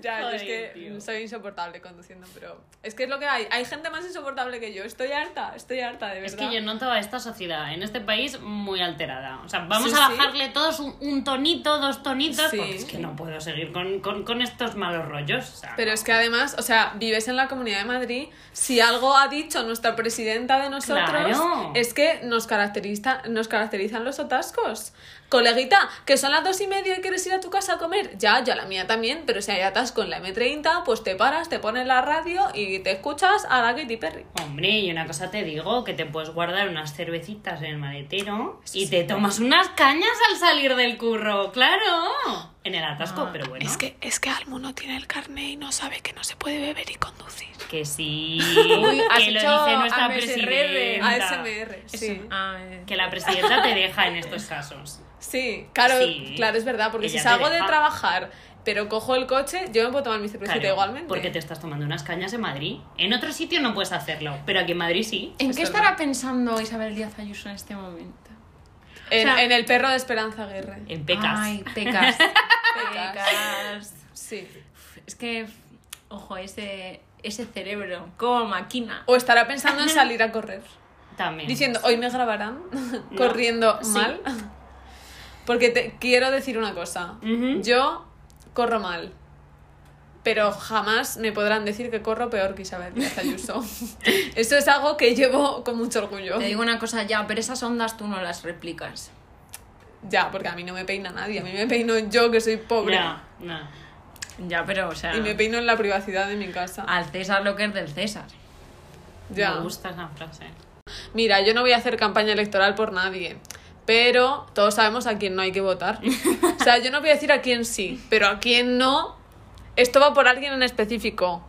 Speaker 1: Ya, yo es
Speaker 3: Joder,
Speaker 1: que
Speaker 3: tío.
Speaker 1: soy insoportable conduciendo, pero es que es lo que hay. Hay gente más insoportable que yo. Estoy harta, estoy harta, de verdad.
Speaker 3: Es que yo noto a esta sociedad en este país muy alterada. O sea, vamos
Speaker 1: Sí,
Speaker 3: a
Speaker 1: sí.
Speaker 3: bajarle todos un, un tonito, dos tonitos,
Speaker 1: Sí.
Speaker 3: porque es que no puedo seguir con, con- con estos malos rollos. o sea,
Speaker 1: Pero
Speaker 3: no.
Speaker 1: es que además, o sea, vives en la Comunidad de Madrid, si algo ha dicho nuestra presidenta de nosotros,
Speaker 3: Claro.
Speaker 1: es que nos, caracteriza, nos caracterizan los atascos. Coleguita, que son las dos y media y quieres ir a tu casa a comer, ya, ya la mía también, pero si hay atasco en la M30, pues te paras, te pones la radio y te escuchas a la Katy Perry.
Speaker 3: Hombre, y una cosa te digo, que te puedes guardar unas cervecitas en el maletero y te tomas unas cañas al salir del curro, claro. En el atasco, pero bueno.
Speaker 1: que, Ah, es que Almu no tiene el carnet y no sabe que no se puede beber y conducir.
Speaker 3: Que sí.
Speaker 2: has
Speaker 3: que lo
Speaker 2: hecho
Speaker 3: dice nuestra
Speaker 2: AMSR.
Speaker 3: presidenta.
Speaker 1: ASMR, sí.
Speaker 2: Ah, eh.
Speaker 3: Que la presidenta te deja en
Speaker 1: [laughs]
Speaker 3: estos casos.
Speaker 1: Sí, claro,
Speaker 3: Sí.
Speaker 1: claro, es verdad, porque
Speaker 3: Ella
Speaker 1: si
Speaker 3: te
Speaker 1: salgo de
Speaker 3: deja.
Speaker 1: trabajar, pero cojo el coche, yo me puedo tomar mi cervecita
Speaker 3: Claro,
Speaker 1: Pues igualmente.
Speaker 3: Porque te estás tomando unas cañas en Madrid. En otro sitio no puedes hacerlo, pero aquí en Madrid sí.
Speaker 2: ¿En
Speaker 1: Es
Speaker 2: qué
Speaker 1: verdad.
Speaker 2: estará pensando Isabel Díaz Ayuso en este momento?
Speaker 1: en,
Speaker 2: o sea-
Speaker 1: en el perro de Esperanza Aguirre.
Speaker 3: En pecas.
Speaker 2: Ay, [laughs] pecas. pecas.
Speaker 1: Sí.
Speaker 2: Es que, ojo, ese, ese cerebro, como máquina.
Speaker 1: O estará
Speaker 2: [laughs]
Speaker 1: pensando en salir a correr.
Speaker 3: También.
Speaker 1: Diciendo, hoy me grabarán [laughs] corriendo
Speaker 2: Sí.
Speaker 1: mal. [laughs] Porque te quiero decir una cosa.
Speaker 3: Ujú.
Speaker 1: Yo corro mal. Pero jamás me podrán decir que corro peor que Isabel Díaz
Speaker 3: [laughs]
Speaker 1: Ayuso. Eso es algo que llevo con mucho orgullo.
Speaker 2: Te digo una cosa ya, pero esas ondas tú no las replicas.
Speaker 1: Ya, porque a mí no me peina nadie. A mí me peino yo, que soy pobre.
Speaker 3: No, no.
Speaker 2: Ya, pero, o sea,
Speaker 1: Y
Speaker 3: Ah.
Speaker 1: me peino en la privacidad de mi casa.
Speaker 2: al César lo que es del César.
Speaker 1: Ya.
Speaker 3: Me gusta esa frase.
Speaker 1: Mira, yo no voy a hacer campaña electoral por nadie. Pero todos sabemos a quién no hay que votar. O sea, yo no voy a decir a quién sí, pero a quién no. Esto va por alguien en específico.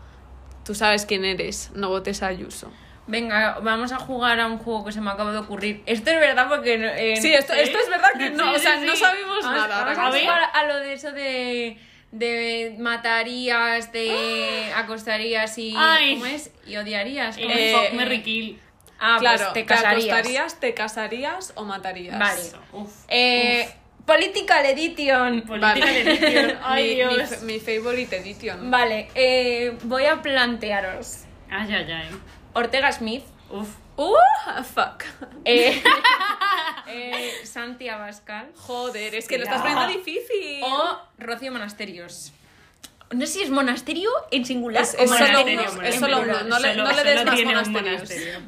Speaker 1: Tú sabes quién eres, no votes a Ayuso.
Speaker 2: Venga, vamos a jugar a un juego que se me acaba de ocurrir. Esto es verdad porque... no- eh,
Speaker 1: Sí, esto,
Speaker 3: ¿Sí?
Speaker 1: esto es verdad
Speaker 2: [laughs]
Speaker 1: que no,
Speaker 3: Sí,
Speaker 1: o sea,
Speaker 3: sí,
Speaker 1: no
Speaker 3: sí. Ah,
Speaker 1: sabemos
Speaker 2: Vamos-
Speaker 1: Pues nada. ahora
Speaker 2: Ah, Vamos
Speaker 1: mismo. Ah,
Speaker 2: a
Speaker 3: ver.
Speaker 2: jugar a lo de eso de, de
Speaker 1: [gasps]
Speaker 2: matarías, de acostarías y...
Speaker 3: Ay.
Speaker 2: ¿Cómo es? Y odiarías. ¿cómo
Speaker 3: Eh,
Speaker 2: es?
Speaker 3: fuck, Mary, kill.
Speaker 2: Ah, pues
Speaker 1: claro,
Speaker 2: te casarías.
Speaker 1: acostarías, te casarías o matarías.
Speaker 2: Vale.
Speaker 3: Eso, uf.
Speaker 2: Eh, Political Edition.
Speaker 3: Política
Speaker 1: Vale.
Speaker 3: de edición. Ay,
Speaker 1: [laughs] mi, mi
Speaker 3: Dios.
Speaker 1: fa- mi favorite edition.
Speaker 2: Vale, eh, voy a plantearos.
Speaker 3: Ay, ay, ay.
Speaker 2: Ortega Smith,
Speaker 3: Uf.
Speaker 1: Uh, fuck. [laughs]
Speaker 2: eh, eh, Santi Abascal
Speaker 1: Joder, es que lo
Speaker 3: Ya.
Speaker 1: estás poniendo difícil.
Speaker 2: o Rocío Monasterios. No sé si es monasterio en singular.
Speaker 1: Es-
Speaker 2: o
Speaker 1: es solo
Speaker 2: monasterio
Speaker 1: uno,
Speaker 2: en
Speaker 1: es solo
Speaker 2: plural.
Speaker 1: uno, no le-
Speaker 3: Solo-
Speaker 1: no le des
Speaker 3: solo
Speaker 1: más
Speaker 3: tiene un
Speaker 1: monasterios.
Speaker 3: monasterio.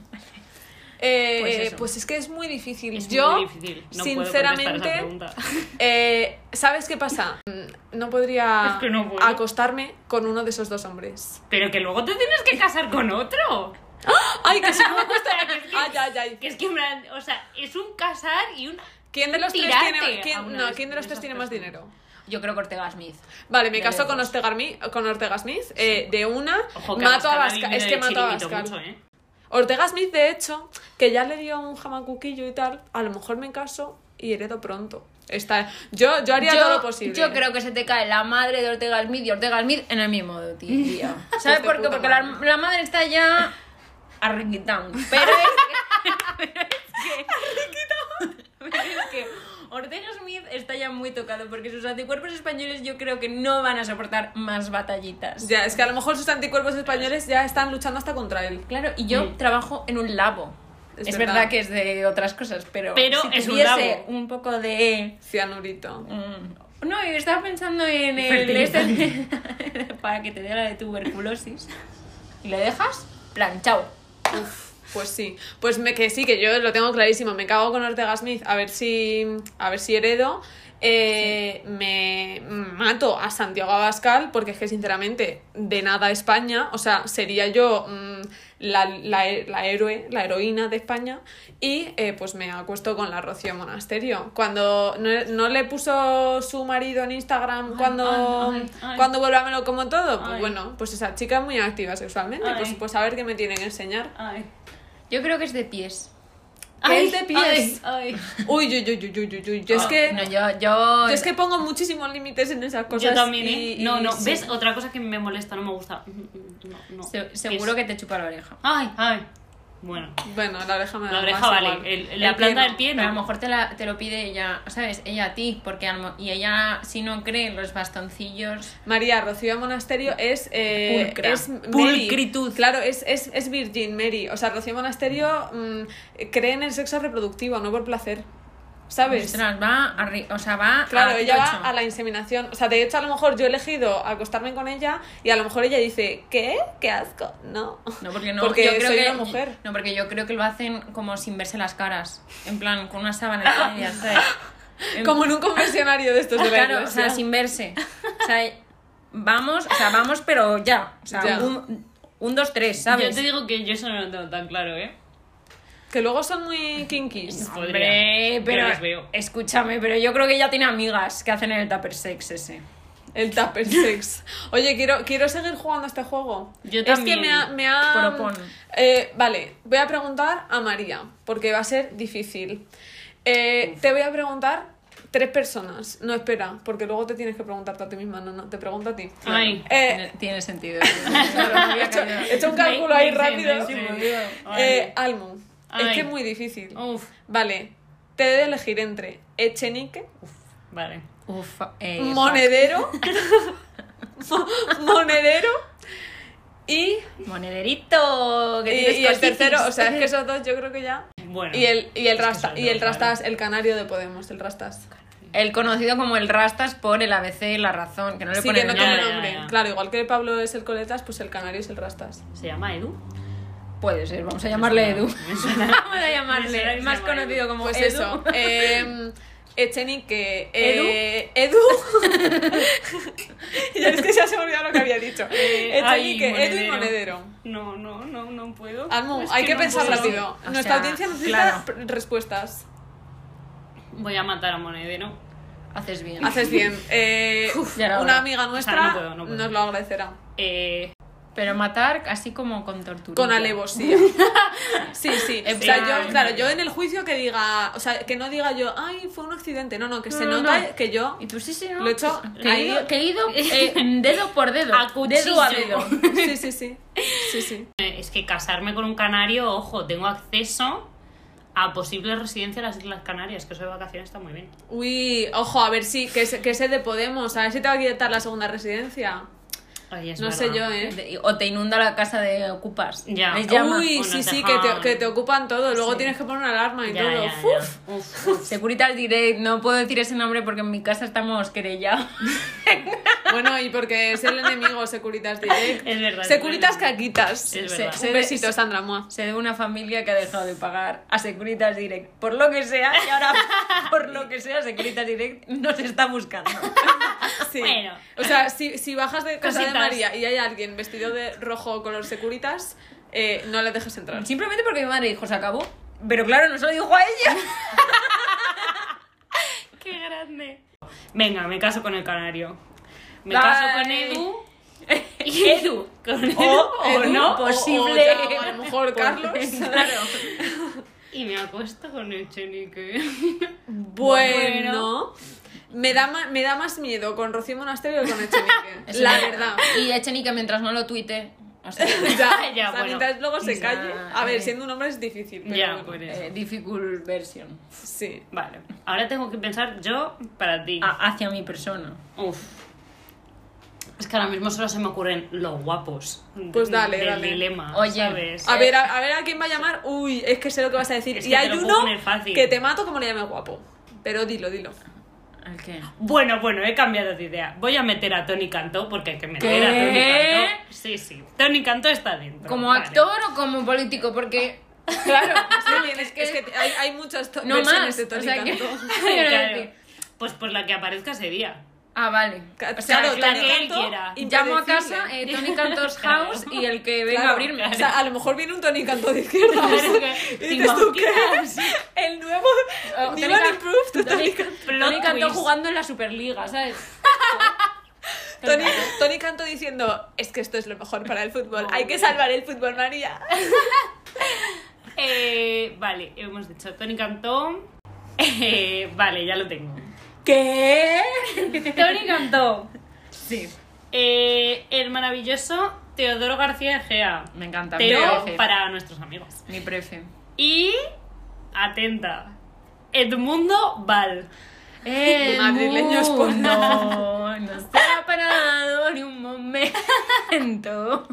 Speaker 1: Eh,
Speaker 2: Pues
Speaker 1: eh, pues,
Speaker 2: eso.
Speaker 1: es que es muy difícil.
Speaker 3: Es
Speaker 1: Yo,
Speaker 3: muy difícil. No puedo contestar esa
Speaker 1: sinceramente,
Speaker 3: pregunta.
Speaker 1: eh, ¿sabes qué pasa? Mm, No podría
Speaker 3: Es que no puedo.
Speaker 1: acostarme con uno de esos dos
Speaker 3: [laughs]
Speaker 1: hombres.
Speaker 3: Pero que luego te tienes que casar con otro. [laughs]
Speaker 1: ¡Ay, que se me
Speaker 3: O sea, que es que-
Speaker 1: [laughs] Ay, ay, ay.
Speaker 3: Que es que, en plan, o sea, es un casar y un.
Speaker 1: ¿Quién de los tres
Speaker 3: Tirarte
Speaker 1: tiene,
Speaker 3: a
Speaker 1: quién,
Speaker 3: una
Speaker 1: no,
Speaker 3: de-
Speaker 1: ¿quién de los
Speaker 3: de
Speaker 1: tres
Speaker 3: esas
Speaker 1: tiene más
Speaker 3: personas.
Speaker 1: dinero?
Speaker 2: Yo creo que Ortega Smith.
Speaker 1: Vale, me
Speaker 2: De
Speaker 1: caso con
Speaker 2: lejos.
Speaker 1: Ortega, Armi- con Ortega Smith eh, de una,
Speaker 3: Ojo, que
Speaker 1: mato a
Speaker 3: Abascal
Speaker 1: Bascal.
Speaker 3: vive
Speaker 1: Es
Speaker 3: de
Speaker 1: que mato a
Speaker 3: chiringuito
Speaker 1: Bascal.
Speaker 3: mucho, ¿eh?
Speaker 1: Ortega Smith, de hecho, que ya le dio un jamacuquillo y tal, a lo mejor me caso y heredo pronto. Está, yo, yo haría todo lo posible.
Speaker 2: yo creo que se te cae la madre de Ortega Smith y Ortega Smith en el mismo [laughs] día. ¿Sabes
Speaker 1: Pues de
Speaker 2: por qué?
Speaker 1: puta
Speaker 2: Porque la,
Speaker 1: madre.
Speaker 2: la madre está ya arriquitán. Pero es que. pero [laughs] es que Ortega Smith está ya muy tocado porque sus anticuerpos españoles yo creo que no van a soportar más batallitas.
Speaker 1: Ya, es que a lo mejor sus anticuerpos españoles ya están luchando hasta contra él.
Speaker 2: Claro, y yo
Speaker 3: Mm.
Speaker 2: trabajo en un labo.
Speaker 1: Es
Speaker 2: Es, verdad.
Speaker 1: verdad.
Speaker 2: que es de otras cosas, pero,
Speaker 3: Pero
Speaker 2: si
Speaker 3: es un
Speaker 2: tuviese
Speaker 3: labo.
Speaker 2: un, poco de...
Speaker 1: Cianurito.
Speaker 2: mm, No, yo estaba pensando en el...
Speaker 3: Fertilizante.
Speaker 2: este- para que te dé la de [laughs] tuberculosis. Y le dejas planchado.
Speaker 1: Uf, pues sí. Pues me, que sí, que yo lo tengo clarísimo. Me cago con Ortega Smith. A ver si, a ver si heredo. Eh, Me mato a Santiago Abascal porque es que sinceramente de nada España. O sea, sería yo mm, la, la he- la héroe, la heroína de España. Y eh, pues me acuesto con la Rocío Monasterio. Cuando no, no le puso su marido en Instagram cuando,
Speaker 3: ay, ay.
Speaker 1: cuando vuélvamelo como todo. Pues
Speaker 3: Ay.
Speaker 1: bueno, pues esa chica es muy activa sexualmente. Pues,
Speaker 3: Ay.
Speaker 1: pues a ver qué me tiene que enseñar.
Speaker 3: Ay.
Speaker 2: Yo creo que es de pies.
Speaker 1: Ay, de pies.
Speaker 3: ay, ay.
Speaker 1: Uy, uy, uy, uy, uy, uy, uy. Yo es
Speaker 3: Ah,
Speaker 1: que,
Speaker 2: No, yo...
Speaker 1: yo
Speaker 2: yo...
Speaker 1: es que pongo muchísimos límites en esas cosas.
Speaker 3: Yo también, ¿eh?
Speaker 1: y- y
Speaker 3: no, no.
Speaker 1: sí.
Speaker 3: ¿Ves? Otra cosa que me molesta, no me gusta. Mm, No, no.
Speaker 2: se- seguro
Speaker 3: Es-
Speaker 2: que te chupa la oreja.
Speaker 3: Ay, ay. Bueno,
Speaker 1: Bueno, la oreja me da
Speaker 3: la oreja
Speaker 1: más
Speaker 3: vale.
Speaker 1: igual.
Speaker 3: el- el- la
Speaker 1: El
Speaker 3: planta
Speaker 1: pie
Speaker 3: del pie
Speaker 2: Pero a lo
Speaker 3: no.
Speaker 2: mejor te, la- te lo pide ella, ¿sabes? Ella a ti, porque a lo mo- y ella si no cree en los bastoncillos...
Speaker 1: María Rocío Monasterio es. Eh,
Speaker 2: Pulcra.
Speaker 1: es Mary.
Speaker 2: Pulcritud.
Speaker 1: Claro, es, es, es Virgin Mary. O sea, Rocío Monasterio mm, cree en el sexo reproductivo, no por placer. ¿Sabes?
Speaker 2: Ostras, va a ri- o sea, va
Speaker 3: ah,
Speaker 1: Claro,
Speaker 2: a
Speaker 1: ella
Speaker 2: tocho.
Speaker 1: va a la inseminación. O sea, de hecho, a lo mejor yo he elegido acostarme con ella y a lo mejor ella dice, ¿qué? ¡Qué asco! No.
Speaker 2: No, porque no,
Speaker 1: Porque
Speaker 2: yo creo
Speaker 1: soy
Speaker 2: que,
Speaker 1: una mujer.
Speaker 2: No, porque yo creo que lo hacen como sin verse las caras. En plan, con una sábana y media, ¿sabes?
Speaker 1: [laughs]
Speaker 2: En-
Speaker 1: Como en un confesionario de
Speaker 3: Ah,
Speaker 1: estos de la
Speaker 2: Claro, o sea,
Speaker 1: iglesia.
Speaker 2: sin verse. O sea, vamos, o sea, vamos, pero ya. O sea,
Speaker 1: Ya.
Speaker 2: Un, un, dos, tres, ¿sabes?
Speaker 3: Yo te digo que yo eso no lo tengo tan claro, ¿eh?
Speaker 1: Que luego son muy kinkies.
Speaker 3: No.
Speaker 2: Hombre,
Speaker 3: Podría.
Speaker 2: pero
Speaker 3: Yo los veo.
Speaker 2: escúchame, pero yo creo que ella tiene amigas que hacen el tupper sex ese.
Speaker 1: El
Speaker 3: [laughs]
Speaker 1: tupper sex. Oye, quiero, quiero seguir jugando a este juego.
Speaker 3: Yo
Speaker 1: Es que
Speaker 3: también.
Speaker 1: me ha... me ha-
Speaker 2: Propon.
Speaker 1: Eh, vale, voy a preguntar a María, porque va a ser difícil. Eh, te voy a preguntar tres personas. No, espera, porque luego te tienes que preguntarte a ti misma. No, no, te pregunto a ti.
Speaker 3: Ay.
Speaker 1: Eh,
Speaker 2: Tiene, tiene [laughs]
Speaker 1: [laughs]
Speaker 2: sentido.
Speaker 1: he, hecho, he hecho un cálculo ahí
Speaker 3: Make- make
Speaker 1: rápido.
Speaker 3: sense, make sense. Ay.
Speaker 1: Eh, Almu, es
Speaker 3: Ay. Oh.
Speaker 1: que es muy difícil.
Speaker 3: Uf,
Speaker 1: Vale, te he de elegir entre Echenique,
Speaker 3: vale.
Speaker 2: Uf, eh,
Speaker 1: monedero, Mo- monedero y,
Speaker 2: Monederito.
Speaker 1: y,
Speaker 2: Que tienes
Speaker 1: y el
Speaker 2: cosicis.
Speaker 1: tercero, o sea, es que esos dos yo creo que ya.
Speaker 3: Bueno.
Speaker 1: Y el, y el,
Speaker 3: Es que
Speaker 1: rasta,
Speaker 3: son
Speaker 1: y el
Speaker 3: dos,
Speaker 1: rastas,
Speaker 3: vale.
Speaker 1: el canario de Podemos, el rastas.
Speaker 2: El conocido como el Rastas por el ABC y la razón, que no le
Speaker 1: Sí,
Speaker 2: pone
Speaker 1: que no
Speaker 2: el
Speaker 1: tiene
Speaker 3: ya,
Speaker 2: nombre.
Speaker 1: nombre.
Speaker 3: ya, ya.
Speaker 1: Claro, igual que Pablo es el coletas, pues el canario es el rastas.
Speaker 3: ¿Se llama Edu?
Speaker 2: Puede ser, vamos a llamarle Edu. [laughs]
Speaker 3: Me suena-
Speaker 2: Vamos a
Speaker 3: me suena
Speaker 2: llamarle,
Speaker 3: que
Speaker 2: el
Speaker 3: se
Speaker 2: más
Speaker 3: llama
Speaker 2: conocido
Speaker 3: Edu.
Speaker 2: como
Speaker 1: Pues
Speaker 2: Edu.
Speaker 1: eso. eh, Echenique,
Speaker 2: ¿Edu?
Speaker 1: eh, Edu. Ya es que ya se me olvidó lo que había dicho.
Speaker 3: Eh, ay,
Speaker 1: Echenique, Edu y
Speaker 3: monedero.
Speaker 1: monedero.
Speaker 3: No, no, no, no puedo.
Speaker 1: Almu,
Speaker 3: Es
Speaker 1: Ah, hay que,
Speaker 3: no
Speaker 1: pensar
Speaker 3: puedo.
Speaker 1: rápido.
Speaker 2: O
Speaker 1: Nuestra
Speaker 2: sea,
Speaker 1: audiencia necesita
Speaker 2: claro.
Speaker 1: pr- respuestas.
Speaker 3: Voy a matar a Monedero.
Speaker 2: Haces bien.
Speaker 1: Haces bien. Eh,
Speaker 2: ya era
Speaker 1: una
Speaker 2: hora.
Speaker 1: amiga nuestra
Speaker 3: O sea, no puedo, no puedo.
Speaker 1: nos lo agradecerá.
Speaker 3: Eh,
Speaker 2: Pero matar así como con tortura.
Speaker 1: Con
Speaker 3: [laughs]
Speaker 1: alevosía. Sí, sí. O sea, yo, claro, yo en el juicio que diga, o sea, que no diga yo, ay, fue un accidente. No, no, que se
Speaker 2: No, no,
Speaker 1: nota
Speaker 2: no.
Speaker 1: que
Speaker 3: [laughs]
Speaker 1: yo
Speaker 2: Y tú sí, sí, ¿no?
Speaker 1: Lo he hecho
Speaker 2: Que he ido,
Speaker 1: ahí.
Speaker 2: que he ido, eh, dedo por dedo.
Speaker 3: A cuchillo.
Speaker 2: Dedo a dedo.
Speaker 1: Sí, sí, sí. Sí, sí.
Speaker 3: es que casarme con un canario, ojo, tengo acceso a posible residencia en las Islas Canarias, que eso de vacaciones está muy bien.
Speaker 1: Uy, ojo, a ver si, que se, que se de Podemos, a ver si te va a quitar la segunda residencia.
Speaker 3: Ay, es
Speaker 1: no
Speaker 3: verdad.
Speaker 1: sé yo, ¿eh?
Speaker 2: De- O te inunda la casa de ocupas.
Speaker 3: Ya.
Speaker 2: Les llama.
Speaker 1: Uy,
Speaker 3: o
Speaker 1: sí,
Speaker 3: nos
Speaker 1: sí, que te,
Speaker 3: dejaban.
Speaker 1: que te ocupan todo. Luego tienes que poner una alarma y
Speaker 3: Ya,
Speaker 1: todo.
Speaker 3: ya, ya.
Speaker 1: Uf.
Speaker 3: Uf, uf.
Speaker 2: Securitas Direct, no puedo decir ese nombre porque en mi casa estamos querellados.
Speaker 1: Bueno, y porque es el enemigo, Securitas Direct.
Speaker 3: [laughs] Es verdad.
Speaker 1: Securitas
Speaker 3: es verdad.
Speaker 1: Caquitas.
Speaker 3: Es
Speaker 1: Un
Speaker 3: verdad.
Speaker 2: Se-
Speaker 1: besito, Sandra Mua.
Speaker 2: Sé de una familia que ha dejado de pagar a Securitas Direct por lo que sea y ahora por lo que sea Securitas Direct nos está buscando.
Speaker 1: Sí.
Speaker 3: Bueno.
Speaker 1: O sea, si, si bajas de casa de
Speaker 3: Cositas.
Speaker 1: María y hay alguien vestido de rojo color Securitas, eh, no le dejes entrar.
Speaker 2: Simplemente porque mi madre dijo, se acabó. Pero claro, no se lo dijo a ella.
Speaker 3: ¡Qué grande! Venga, me caso con el canario. Me
Speaker 2: Bye.
Speaker 3: caso
Speaker 1: [laughs]
Speaker 3: con Edu. Y Edu. Con
Speaker 2: [laughs]
Speaker 3: Edu
Speaker 2: O,
Speaker 3: o
Speaker 2: Edu,
Speaker 3: no.
Speaker 2: por-
Speaker 1: Eh, O, Pues,
Speaker 2: Posible. Pues,
Speaker 1: ya, o [laughs] a lo mejor Carlos.
Speaker 2: [laughs] Claro.
Speaker 3: Y me acuesto con
Speaker 1: [laughs]
Speaker 3: el chenique.
Speaker 1: Bueno, me da, ma- me da más miedo con Rocío Monasterio que con Echenique.
Speaker 2: Es
Speaker 1: la
Speaker 2: una-
Speaker 1: verdad.
Speaker 2: Y Echenique mientras no lo tuite. o sea,
Speaker 1: Ya,
Speaker 3: Ya,
Speaker 1: o sea,
Speaker 3: bueno.
Speaker 1: mientras luego se
Speaker 2: Ya,
Speaker 1: calle. A
Speaker 2: eh.
Speaker 1: ver, siendo un hombre es difícil. Pero
Speaker 3: ya,
Speaker 1: bueno.
Speaker 3: por eso.
Speaker 2: eh, difficult version.
Speaker 1: Sí.
Speaker 3: Vale. Ahora tengo que pensar yo para ti.
Speaker 1: Ah.
Speaker 2: A- hacia mi persona.
Speaker 3: Uf. Es que ahora mismo solo se me ocurren los guapos. de-
Speaker 1: Pues dale,
Speaker 3: del
Speaker 1: dale.
Speaker 3: dilema.
Speaker 2: Oye,
Speaker 3: ¿sabes?
Speaker 1: A ver, a, a ver a quién va a llamar. Uy, es que sé lo que vas a decir.
Speaker 3: Es
Speaker 1: y
Speaker 3: que te
Speaker 1: hay
Speaker 3: lo puedo
Speaker 1: uno
Speaker 3: poner fácil.
Speaker 1: que te mato como le llame guapo. Pero dilo, dilo.
Speaker 2: ¿Al qué?
Speaker 3: Bueno, bueno, he cambiado de idea. Voy a meter a Tony Cantó porque hay que meter
Speaker 2: ¿Qué?
Speaker 3: a Tony Cantó. Sí, sí. Tony Cantó está dentro.
Speaker 2: ¿Como
Speaker 3: Vale. [laughs]
Speaker 2: actor o como político? Porque. Claro, [laughs]
Speaker 1: es, que, es que hay, hay muchas to-
Speaker 2: Ah, No
Speaker 1: versiones
Speaker 2: más.
Speaker 1: de Tony
Speaker 2: o sea
Speaker 1: [laughs]
Speaker 2: que-
Speaker 1: Cantó.
Speaker 3: Claro. Pues por la que aparezca ese día.
Speaker 2: Ah, vale.
Speaker 1: Ca-
Speaker 2: O sea,
Speaker 1: claro,
Speaker 3: la
Speaker 1: Tony
Speaker 3: que él
Speaker 1: Cantó,
Speaker 3: quiera.
Speaker 2: llamo a
Speaker 1: impredecible.
Speaker 2: casa eh, Tony Cantor's
Speaker 3: Claro.
Speaker 2: House y el que [laughs] venga
Speaker 1: Claro.
Speaker 2: a abrirme.
Speaker 1: O sea, a lo mejor viene un Tony Cantó de
Speaker 2: [laughs]
Speaker 1: izquierda. [laughs]
Speaker 3: que-
Speaker 1: y
Speaker 3: ¿te
Speaker 1: dices tú que
Speaker 3: imaginas?
Speaker 1: [laughs] el nuevo
Speaker 2: Oh,
Speaker 1: New
Speaker 2: Tony
Speaker 1: and
Speaker 2: Can-
Speaker 1: Improved Tony Cantó.
Speaker 3: Plot
Speaker 2: Tony Cantó
Speaker 3: twist.
Speaker 2: jugando en la Superliga, ¿sabes?
Speaker 1: [laughs] Tony, Tony Canto diciendo, es que esto es lo mejor para el fútbol, hay
Speaker 2: [laughs]
Speaker 1: que salvar el fútbol, María.
Speaker 3: Eh, vale, hemos dicho Tony Cantó. [laughs] Eh, vale, ya lo tengo.
Speaker 2: ¿Qué?
Speaker 3: Tony Cantó.
Speaker 2: Sí,
Speaker 3: Eh, el maravilloso Teodoro García Egea.
Speaker 2: me encanta. mi
Speaker 3: Teo
Speaker 2: prefe.
Speaker 3: para nuestros amigos.
Speaker 2: Mi
Speaker 1: [laughs]
Speaker 2: prefe.
Speaker 3: Y. Atenta. Edmundo Val.
Speaker 2: El
Speaker 1: Madrileños por
Speaker 2: mundo no se ha parado ni un
Speaker 1: [laughs]
Speaker 2: momento.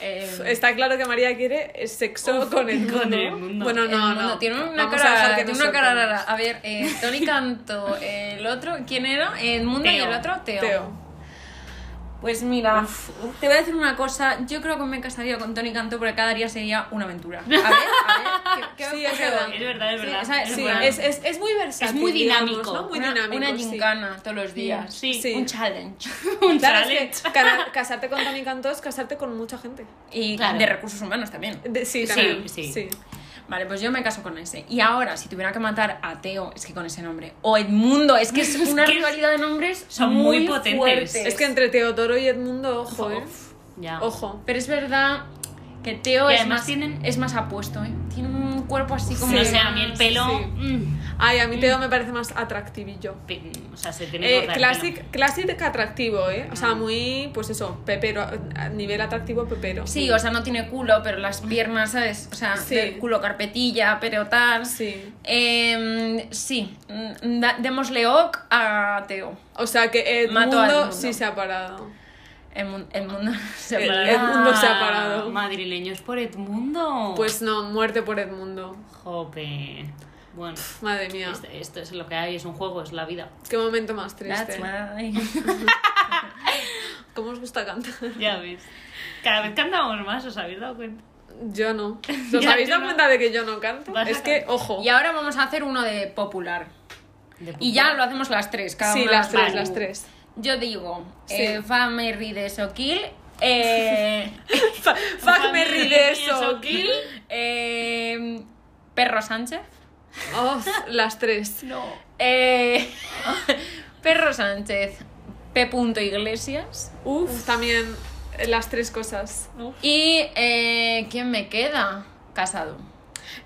Speaker 2: Eh,
Speaker 1: Está claro que María quiere sexo con el
Speaker 3: con
Speaker 1: mundo.
Speaker 3: el mundo.
Speaker 1: Bueno, no,
Speaker 2: el mundo
Speaker 1: no.
Speaker 2: Tiene una
Speaker 1: Vamos a
Speaker 2: cara,
Speaker 1: dejar que
Speaker 2: tiene
Speaker 1: nos
Speaker 2: una cara
Speaker 1: sorprenda.
Speaker 2: rara. A ver, eh, Tony Canto, el otro, ¿quién era? El mundo y
Speaker 3: Teo.
Speaker 2: el otro, Teo.
Speaker 1: Teo.
Speaker 2: Pues mira, te voy a decir una cosa. Yo creo que me casaría con Tony Canto porque cada día sería una aventura. A ver, a ver, Ah, ¿qué, qué
Speaker 1: Sí,
Speaker 2: ocurre
Speaker 1: es verdad.
Speaker 2: hoy?
Speaker 3: Es verdad, es
Speaker 2: Sí,
Speaker 3: verdad.
Speaker 2: o sea,
Speaker 3: es
Speaker 1: Ah, Sí,
Speaker 3: verdad.
Speaker 1: es, es, es muy versátil.
Speaker 3: Es muy
Speaker 1: digamos,
Speaker 3: dinámico.
Speaker 1: ¿no? [laughs] Muy
Speaker 2: una,
Speaker 1: dinámico.
Speaker 2: una
Speaker 1: sí.
Speaker 2: gincana todos los días.
Speaker 3: Sí.
Speaker 1: Sí.
Speaker 2: Un challenge.
Speaker 3: Un
Speaker 1: Claro,
Speaker 3: challenge.
Speaker 1: es que cara- casarte con Tony Cantó es casarte con mucha gente.
Speaker 2: Y
Speaker 3: Claro.
Speaker 2: de recursos humanos también.
Speaker 1: De- sí,
Speaker 3: Sí,
Speaker 1: también,
Speaker 3: sí.
Speaker 2: Vale, pues yo me caso con ese. Y ahora, si tuviera que matar a Teo, es que con ese nombre. O Edmundo, es que es una
Speaker 3: que es-
Speaker 2: rivalidad de nombres.
Speaker 3: son muy potentes.
Speaker 2: fuertes.
Speaker 1: Es que entre Teodoro y Edmundo, ojo, eh.
Speaker 3: Ya.
Speaker 1: Ojo.
Speaker 2: Pero es verdad que Teo
Speaker 3: Y
Speaker 2: es
Speaker 3: además
Speaker 2: más,
Speaker 3: tienen-
Speaker 2: es más apuesto, ¿eh? Tiene un cuerpo así como...
Speaker 1: Sí.
Speaker 3: No sé, a mí el pelo.
Speaker 1: Sí.
Speaker 3: mm,
Speaker 1: Ay, a mí Teo me parece más atractivillo.
Speaker 3: pe- o sea, se tiene que
Speaker 1: Eh,
Speaker 3: cortar el
Speaker 1: classic,
Speaker 3: pelo.
Speaker 1: classic atractivo, ¿eh? O sea, muy, pues eso, pepero, a nivel atractivo pepero.
Speaker 2: Sí, o sea, no tiene culo, pero las piernas, ¿sabes? O sea,
Speaker 1: Sí.
Speaker 2: del culo carpetilla, pero tal.
Speaker 1: Sí.
Speaker 2: Em, sí. Mm, da- démosle ok a Teo.
Speaker 1: O sea, que
Speaker 2: Mato al
Speaker 1: Edmundo
Speaker 2: mundo.
Speaker 1: sí se ha parado.
Speaker 2: El, mun- el mundo [laughs] se
Speaker 1: eh, El-
Speaker 2: parará.
Speaker 1: Edmundo se ha
Speaker 3: Ah,
Speaker 1: parado.
Speaker 3: Madrileños por Edmundo.
Speaker 1: Pues no, muerte por Edmundo.
Speaker 3: Jope. Bueno,
Speaker 1: Madre mía.
Speaker 3: esto, esto es lo que hay, es un juego, es la vida.
Speaker 1: Qué momento más
Speaker 2: That's
Speaker 1: triste. [laughs]
Speaker 2: why.
Speaker 1: ¿Cómo os gusta cantar?
Speaker 3: Ya ves. Cada vez cantamos más, ¿os habéis dado cuenta?
Speaker 1: Yo
Speaker 3: [laughs]
Speaker 1: no. ¿Os
Speaker 3: Ya,
Speaker 1: habéis
Speaker 3: yo
Speaker 1: dado
Speaker 3: no.
Speaker 1: cuenta de que yo no canto?
Speaker 3: Vas a
Speaker 1: Es que, ojo.
Speaker 2: Y ahora vamos a hacer uno de popular. Y ya lo hacemos las tres, cada
Speaker 1: Sí,
Speaker 2: una
Speaker 1: las
Speaker 2: su-
Speaker 1: tres,
Speaker 3: vale.
Speaker 1: las tres.
Speaker 2: Yo digo,
Speaker 1: Sí.
Speaker 2: eh, Fa Merry de Soquil,
Speaker 1: [laughs]
Speaker 2: eh,
Speaker 1: Fa- Fuck me ri
Speaker 2: [laughs]
Speaker 1: de eso. [laughs]
Speaker 3: Kill.
Speaker 2: eh, Em, Perro Sánchez.
Speaker 1: Oh, las tres.
Speaker 3: [laughs] No.
Speaker 2: Eh, [laughs] Perro Sánchez, P. Iglesias.
Speaker 1: Uf, también eh, las tres cosas.
Speaker 2: Y eh, ¿quién me queda? Casado.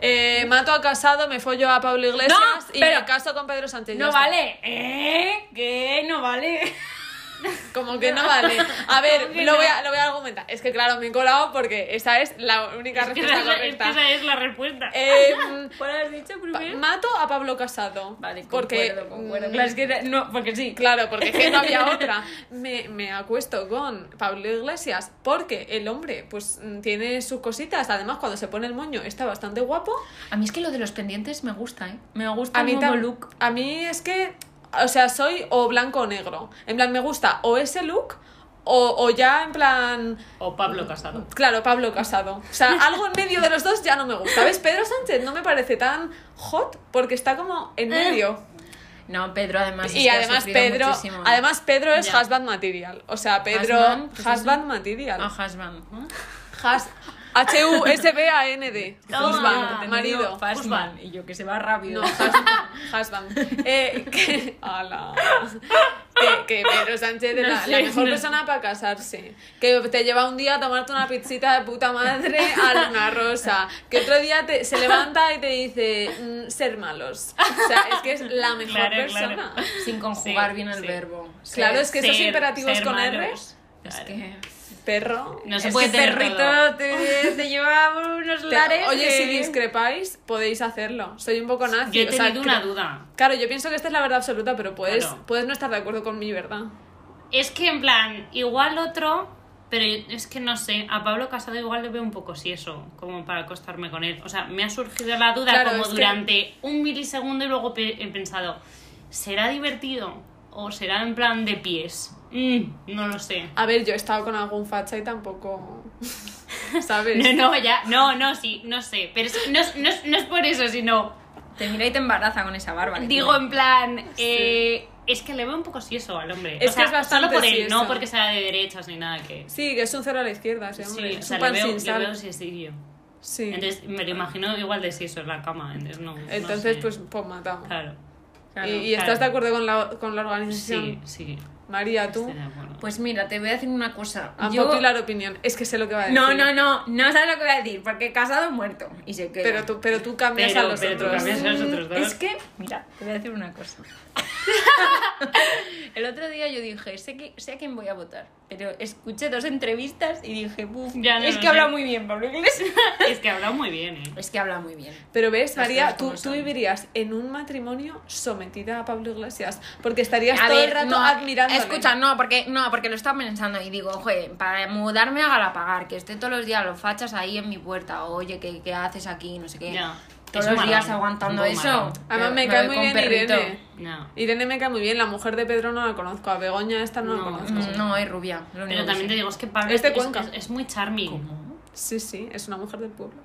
Speaker 1: Eh, mato a Casado, me follo a Pablo Iglesias
Speaker 2: No,
Speaker 1: y
Speaker 2: pero-
Speaker 1: me caso con Pedro Sánchez. ya
Speaker 2: No
Speaker 1: está.
Speaker 2: vale. ¿Eh? ¿Qué? No vale. [laughs]
Speaker 1: Como
Speaker 3: [laughs]
Speaker 1: que no vale. A ver,
Speaker 3: Como que
Speaker 1: lo,
Speaker 3: no.
Speaker 1: voy a, lo voy a argumentar. Es que claro, me he colado porque esa es la única
Speaker 3: Es que
Speaker 1: respuesta
Speaker 3: esa [laughs] es la- es que
Speaker 1: correcta.
Speaker 3: esa es la respuesta. [laughs]
Speaker 1: Em,
Speaker 2: ¿Cuál has dicho
Speaker 1: pa- mato a Pablo Casado.
Speaker 2: Vale,
Speaker 1: porque
Speaker 2: concuerdo, concuerdo.
Speaker 1: mm,
Speaker 2: Claro, es que no, porque sí.
Speaker 1: Claro, porque es que no había otra. Me, me acuesto con Pablo Iglesias porque el hombre pues mm, tiene sus cositas. Además, cuando se pone el moño está bastante guapo.
Speaker 2: A mí es que lo de los pendientes me gusta, ¿eh? Me gusta
Speaker 1: A mí,
Speaker 2: el
Speaker 1: tam-
Speaker 2: nuevo look.
Speaker 1: a mí es que, o sea, soy o blanco o negro. En plan, me gusta o ese look o, o ya en plan,
Speaker 3: O Pablo Casado.
Speaker 1: claro, Pablo Casado. O sea, algo en medio de los dos ya no me gusta. ¿Ves? Pedro Sánchez no me parece tan hot porque está como en medio.
Speaker 2: No, Pedro además. es
Speaker 1: Y
Speaker 2: que ha
Speaker 1: además
Speaker 2: sufrido
Speaker 1: Pedro,
Speaker 2: muchísimo.
Speaker 1: además Pedro es
Speaker 3: Ya.
Speaker 1: husband material. O sea, Pedro
Speaker 2: Husband, pues
Speaker 1: husband material.
Speaker 2: Ah, husband. ¿no?
Speaker 1: Hus- H U S B A N D.
Speaker 3: Toma.
Speaker 1: Husband,
Speaker 2: Marido,
Speaker 1: marido.
Speaker 2: husband. Y yo que se va rápido.
Speaker 1: No, husband. husband. Eh, que, ala. Que- que Pedro Sánchez es
Speaker 3: No
Speaker 1: la,
Speaker 3: sé,
Speaker 1: la mejor
Speaker 3: no.
Speaker 1: persona para casarse. Que te lleva un día a tomarte una pizzita de puta madre a Luna Rosa. Que otro día te- se levanta y te dice mm, ser malos. O sea, es que es la mejor
Speaker 3: Claro,
Speaker 1: persona.
Speaker 3: [laughs] claro.
Speaker 2: Sin conjugar
Speaker 3: Sí,
Speaker 2: bien el
Speaker 3: sí.
Speaker 2: verbo.
Speaker 1: Claro, es que esos
Speaker 3: Ser-
Speaker 1: imperativos
Speaker 3: ser
Speaker 1: con
Speaker 3: malos.
Speaker 2: Es
Speaker 3: Claro.
Speaker 2: que.
Speaker 1: Perro.
Speaker 3: No se
Speaker 2: es
Speaker 3: puede
Speaker 2: que
Speaker 3: tener
Speaker 2: perrito
Speaker 3: todo.
Speaker 2: Te, te lleva por unos
Speaker 1: Te-
Speaker 2: lares.
Speaker 1: Oye,
Speaker 2: que-
Speaker 1: si discrepáis, podéis hacerlo. Soy un poco nazi.
Speaker 3: Yo he
Speaker 1: o sea,
Speaker 3: tenido una
Speaker 1: cre-
Speaker 3: duda.
Speaker 1: Claro, yo pienso que esta es la verdad absoluta, pero puedes,
Speaker 3: Claro.
Speaker 1: puedes no estar de acuerdo con mi verdad.
Speaker 3: Es que en plan, igual otro, pero yo- es que no sé, a Pablo Casado igual le veo un poco si eso, como para acostarme con él. O sea, me ha surgido la duda
Speaker 1: Claro, es
Speaker 3: como
Speaker 1: que-
Speaker 3: durante un milisegundo y luego pe- he pensado, ¿será divertido? ¿O será en plan de pies? Mm, no lo sé.
Speaker 1: A ver, yo he estado con algún facha y
Speaker 3: [laughs]
Speaker 1: tampoco. ¿Sabes?
Speaker 3: No, no, ya, no, no, sí, no sé. Pero es- no, es- no es- no es por eso, sino
Speaker 2: Te mira y te embaraza con esa barba. que
Speaker 3: Digo,
Speaker 2: tiene.
Speaker 3: en plan, eh, es que le veo un poco eso al
Speaker 1: Es
Speaker 3: hombre. o
Speaker 1: que
Speaker 3: sea,
Speaker 1: es bastante
Speaker 3: solo por él, no
Speaker 1: sieso.
Speaker 3: porque sea de derechas ni nada que.
Speaker 1: Sí, que es un cero a la izquierda, ese hombre.
Speaker 3: Sí, o
Speaker 1: es
Speaker 3: sea,
Speaker 1: un
Speaker 3: le
Speaker 1: pan
Speaker 3: veo,
Speaker 1: sin
Speaker 3: le
Speaker 1: sal.
Speaker 3: veo siesillo.
Speaker 1: Sí. Entonces,
Speaker 3: Entonces, me lo imagino igual de sieso en la cama. Entonces, no. no sé.
Speaker 1: pues, pues matamos.
Speaker 3: Claro.
Speaker 2: Claro.
Speaker 1: y y
Speaker 3: claro.
Speaker 1: estás de acuerdo con la, con la
Speaker 3: Sí,
Speaker 1: organización?
Speaker 3: sí.
Speaker 1: María, tú.
Speaker 3: Estoy de acuerdo.
Speaker 2: Pues mira, te voy a decir una cosa.
Speaker 1: A
Speaker 2: Yo-
Speaker 1: popular opinión. Es que sé lo que va a decir.
Speaker 2: No, no, no, no sabes lo que voy a decir, porque casado muerto. Y se queda.
Speaker 1: Pero tú, pero tú cambias
Speaker 3: Pero-
Speaker 1: a los
Speaker 3: pero tú
Speaker 1: otros.
Speaker 3: cambias a los otros dos.
Speaker 2: Es que, mira, te voy a decir una
Speaker 3: [laughs]
Speaker 2: cosa. El otro día yo dije, sé, que, sé a quién voy a votar, pero escuché dos entrevistas y dije, buf,
Speaker 3: Ya, no
Speaker 2: es
Speaker 3: lo
Speaker 2: que habla
Speaker 3: sé.
Speaker 2: muy bien Pablo
Speaker 3: [laughs]
Speaker 2: Iglesias.
Speaker 3: [laughs] Es que ha hablado muy bien,
Speaker 1: pues,
Speaker 3: ¿eh?
Speaker 2: es que habla muy bien.
Speaker 1: Pero ves,
Speaker 2: Las
Speaker 1: María,
Speaker 2: cosas
Speaker 1: tú,
Speaker 2: como
Speaker 1: tú
Speaker 2: son.
Speaker 1: vivirías en un matrimonio sometida a Pablo Iglesias, porque estarías
Speaker 2: A
Speaker 1: todo
Speaker 2: ver,
Speaker 1: el rato
Speaker 2: no,
Speaker 1: admirándole.
Speaker 2: Escucha, no, porque no, porque lo estaba pensando y digo, joder, para mudarme a Galapagar, que esté todos los días los fachas ahí en mi puerta, oye, ¿qué, qué haces aquí? No sé qué.
Speaker 3: Ya.
Speaker 2: Todos
Speaker 3: Es un
Speaker 2: los días
Speaker 3: marrón,
Speaker 2: aguantando
Speaker 3: un poco
Speaker 2: eso.
Speaker 3: marrón.
Speaker 1: Además, me
Speaker 2: voy
Speaker 1: cae
Speaker 2: con
Speaker 1: muy bien
Speaker 2: perrito.
Speaker 1: Irene.
Speaker 3: No.
Speaker 1: Irene me cae muy bien, la mujer de Pedro no la conozco, a Begoña esta no, la
Speaker 3: No,
Speaker 1: conozco.
Speaker 2: Mm, No, es rubia. lo único
Speaker 3: Pero
Speaker 2: que
Speaker 3: también
Speaker 2: sé.
Speaker 3: te digo, es que Pablo
Speaker 1: Es de
Speaker 3: es,
Speaker 1: Cuenca.
Speaker 3: es- es muy charming.
Speaker 1: Sí, sí, es una mujer del pueblo.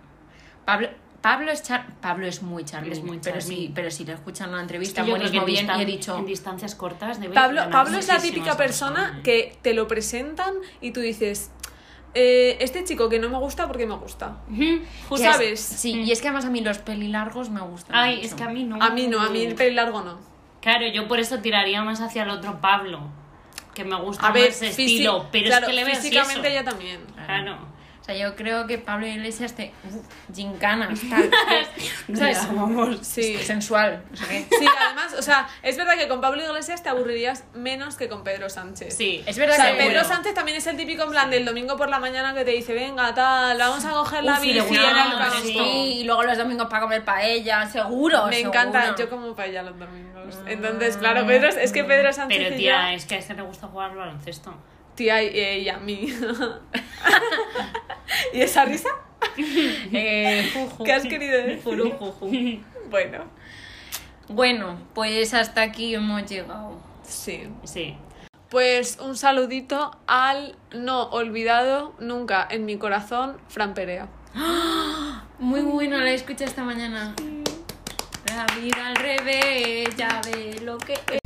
Speaker 2: Pablo, Pablo es char- Pablo es muy charming,
Speaker 3: Es muy
Speaker 2: pero
Speaker 3: charming.
Speaker 2: sí, pero si le escuchan una
Speaker 3: Es que
Speaker 2: entrevista
Speaker 3: yo creo que
Speaker 2: buenísimo
Speaker 3: en,
Speaker 2: bien
Speaker 3: distan-
Speaker 2: y he dicho
Speaker 3: en distancias cortas debe
Speaker 1: Pablo,
Speaker 3: ganar
Speaker 1: Pablo es la
Speaker 3: muchísimo
Speaker 1: típica
Speaker 3: esa
Speaker 1: persona
Speaker 3: ¿eh?
Speaker 1: que te lo presentan y tú dices, "Eh, este chico que no me gusta porque me
Speaker 3: [laughs]
Speaker 1: gusta.
Speaker 3: Ujú,
Speaker 1: Tú
Speaker 2: Y es-
Speaker 1: sabes.
Speaker 2: Sí, y es que además a mí los pelilargos me gustan.
Speaker 3: Ay,
Speaker 2: mucho.
Speaker 3: es que a mí no.
Speaker 1: A mí no, a mí el pelo largo no.
Speaker 3: Claro, yo por eso tiraría más hacia el otro Pablo, que me gusta
Speaker 1: A ver,
Speaker 3: más ese
Speaker 1: físi-
Speaker 3: estilo, pero
Speaker 1: claro,
Speaker 3: es que le veo
Speaker 1: físicamente
Speaker 3: eso.
Speaker 1: yo también.
Speaker 3: Claro.
Speaker 2: O sea, yo creo que Pablo Iglesias te uh,
Speaker 3: [laughs]
Speaker 2: gincanas, tal. [laughs] ¿Sabes?
Speaker 3: Ya, vamos.
Speaker 1: Sí.
Speaker 2: Sensual, no sé qué.
Speaker 1: Sí, además, o sea, es verdad que con Pablo Iglesias te aburrirías menos que con Pedro Sánchez.
Speaker 3: Sí.
Speaker 2: Es
Speaker 1: O
Speaker 2: verdad
Speaker 1: sea,
Speaker 2: que
Speaker 1: Pedro
Speaker 2: bueno,
Speaker 1: Sánchez también es el típico en plan del domingo por la mañana que te dice, venga, tal, vamos a coger la
Speaker 3: Uf, y
Speaker 1: bici
Speaker 3: le
Speaker 1: en
Speaker 3: gusta
Speaker 1: el
Speaker 3: mucho,
Speaker 1: campo".
Speaker 2: sí, y luego los domingos para comer paella, seguro.
Speaker 1: Me
Speaker 2: seguro. Ah.
Speaker 1: encanta, yo como paella los domingos. Entonces, claro, Pedro, es que Pedro Sánchez
Speaker 3: Pero
Speaker 1: y
Speaker 3: tía,
Speaker 1: yo-
Speaker 3: es que a este le gusta jugar al baloncesto.
Speaker 1: tía y, eh, y a mí. [laughs] ¿Y esa risa?
Speaker 2: [laughs] Eh,
Speaker 1: ¿Qué has querido decir? Bueno,
Speaker 2: Bueno, pues hasta aquí hemos llegado.
Speaker 1: sí.
Speaker 3: Sí.
Speaker 1: Pues un saludito al no olvidado nunca en mi corazón, Fran Perea.
Speaker 2: Muy bueno, la escucha esta mañana. La vida al revés, ya ve lo que es.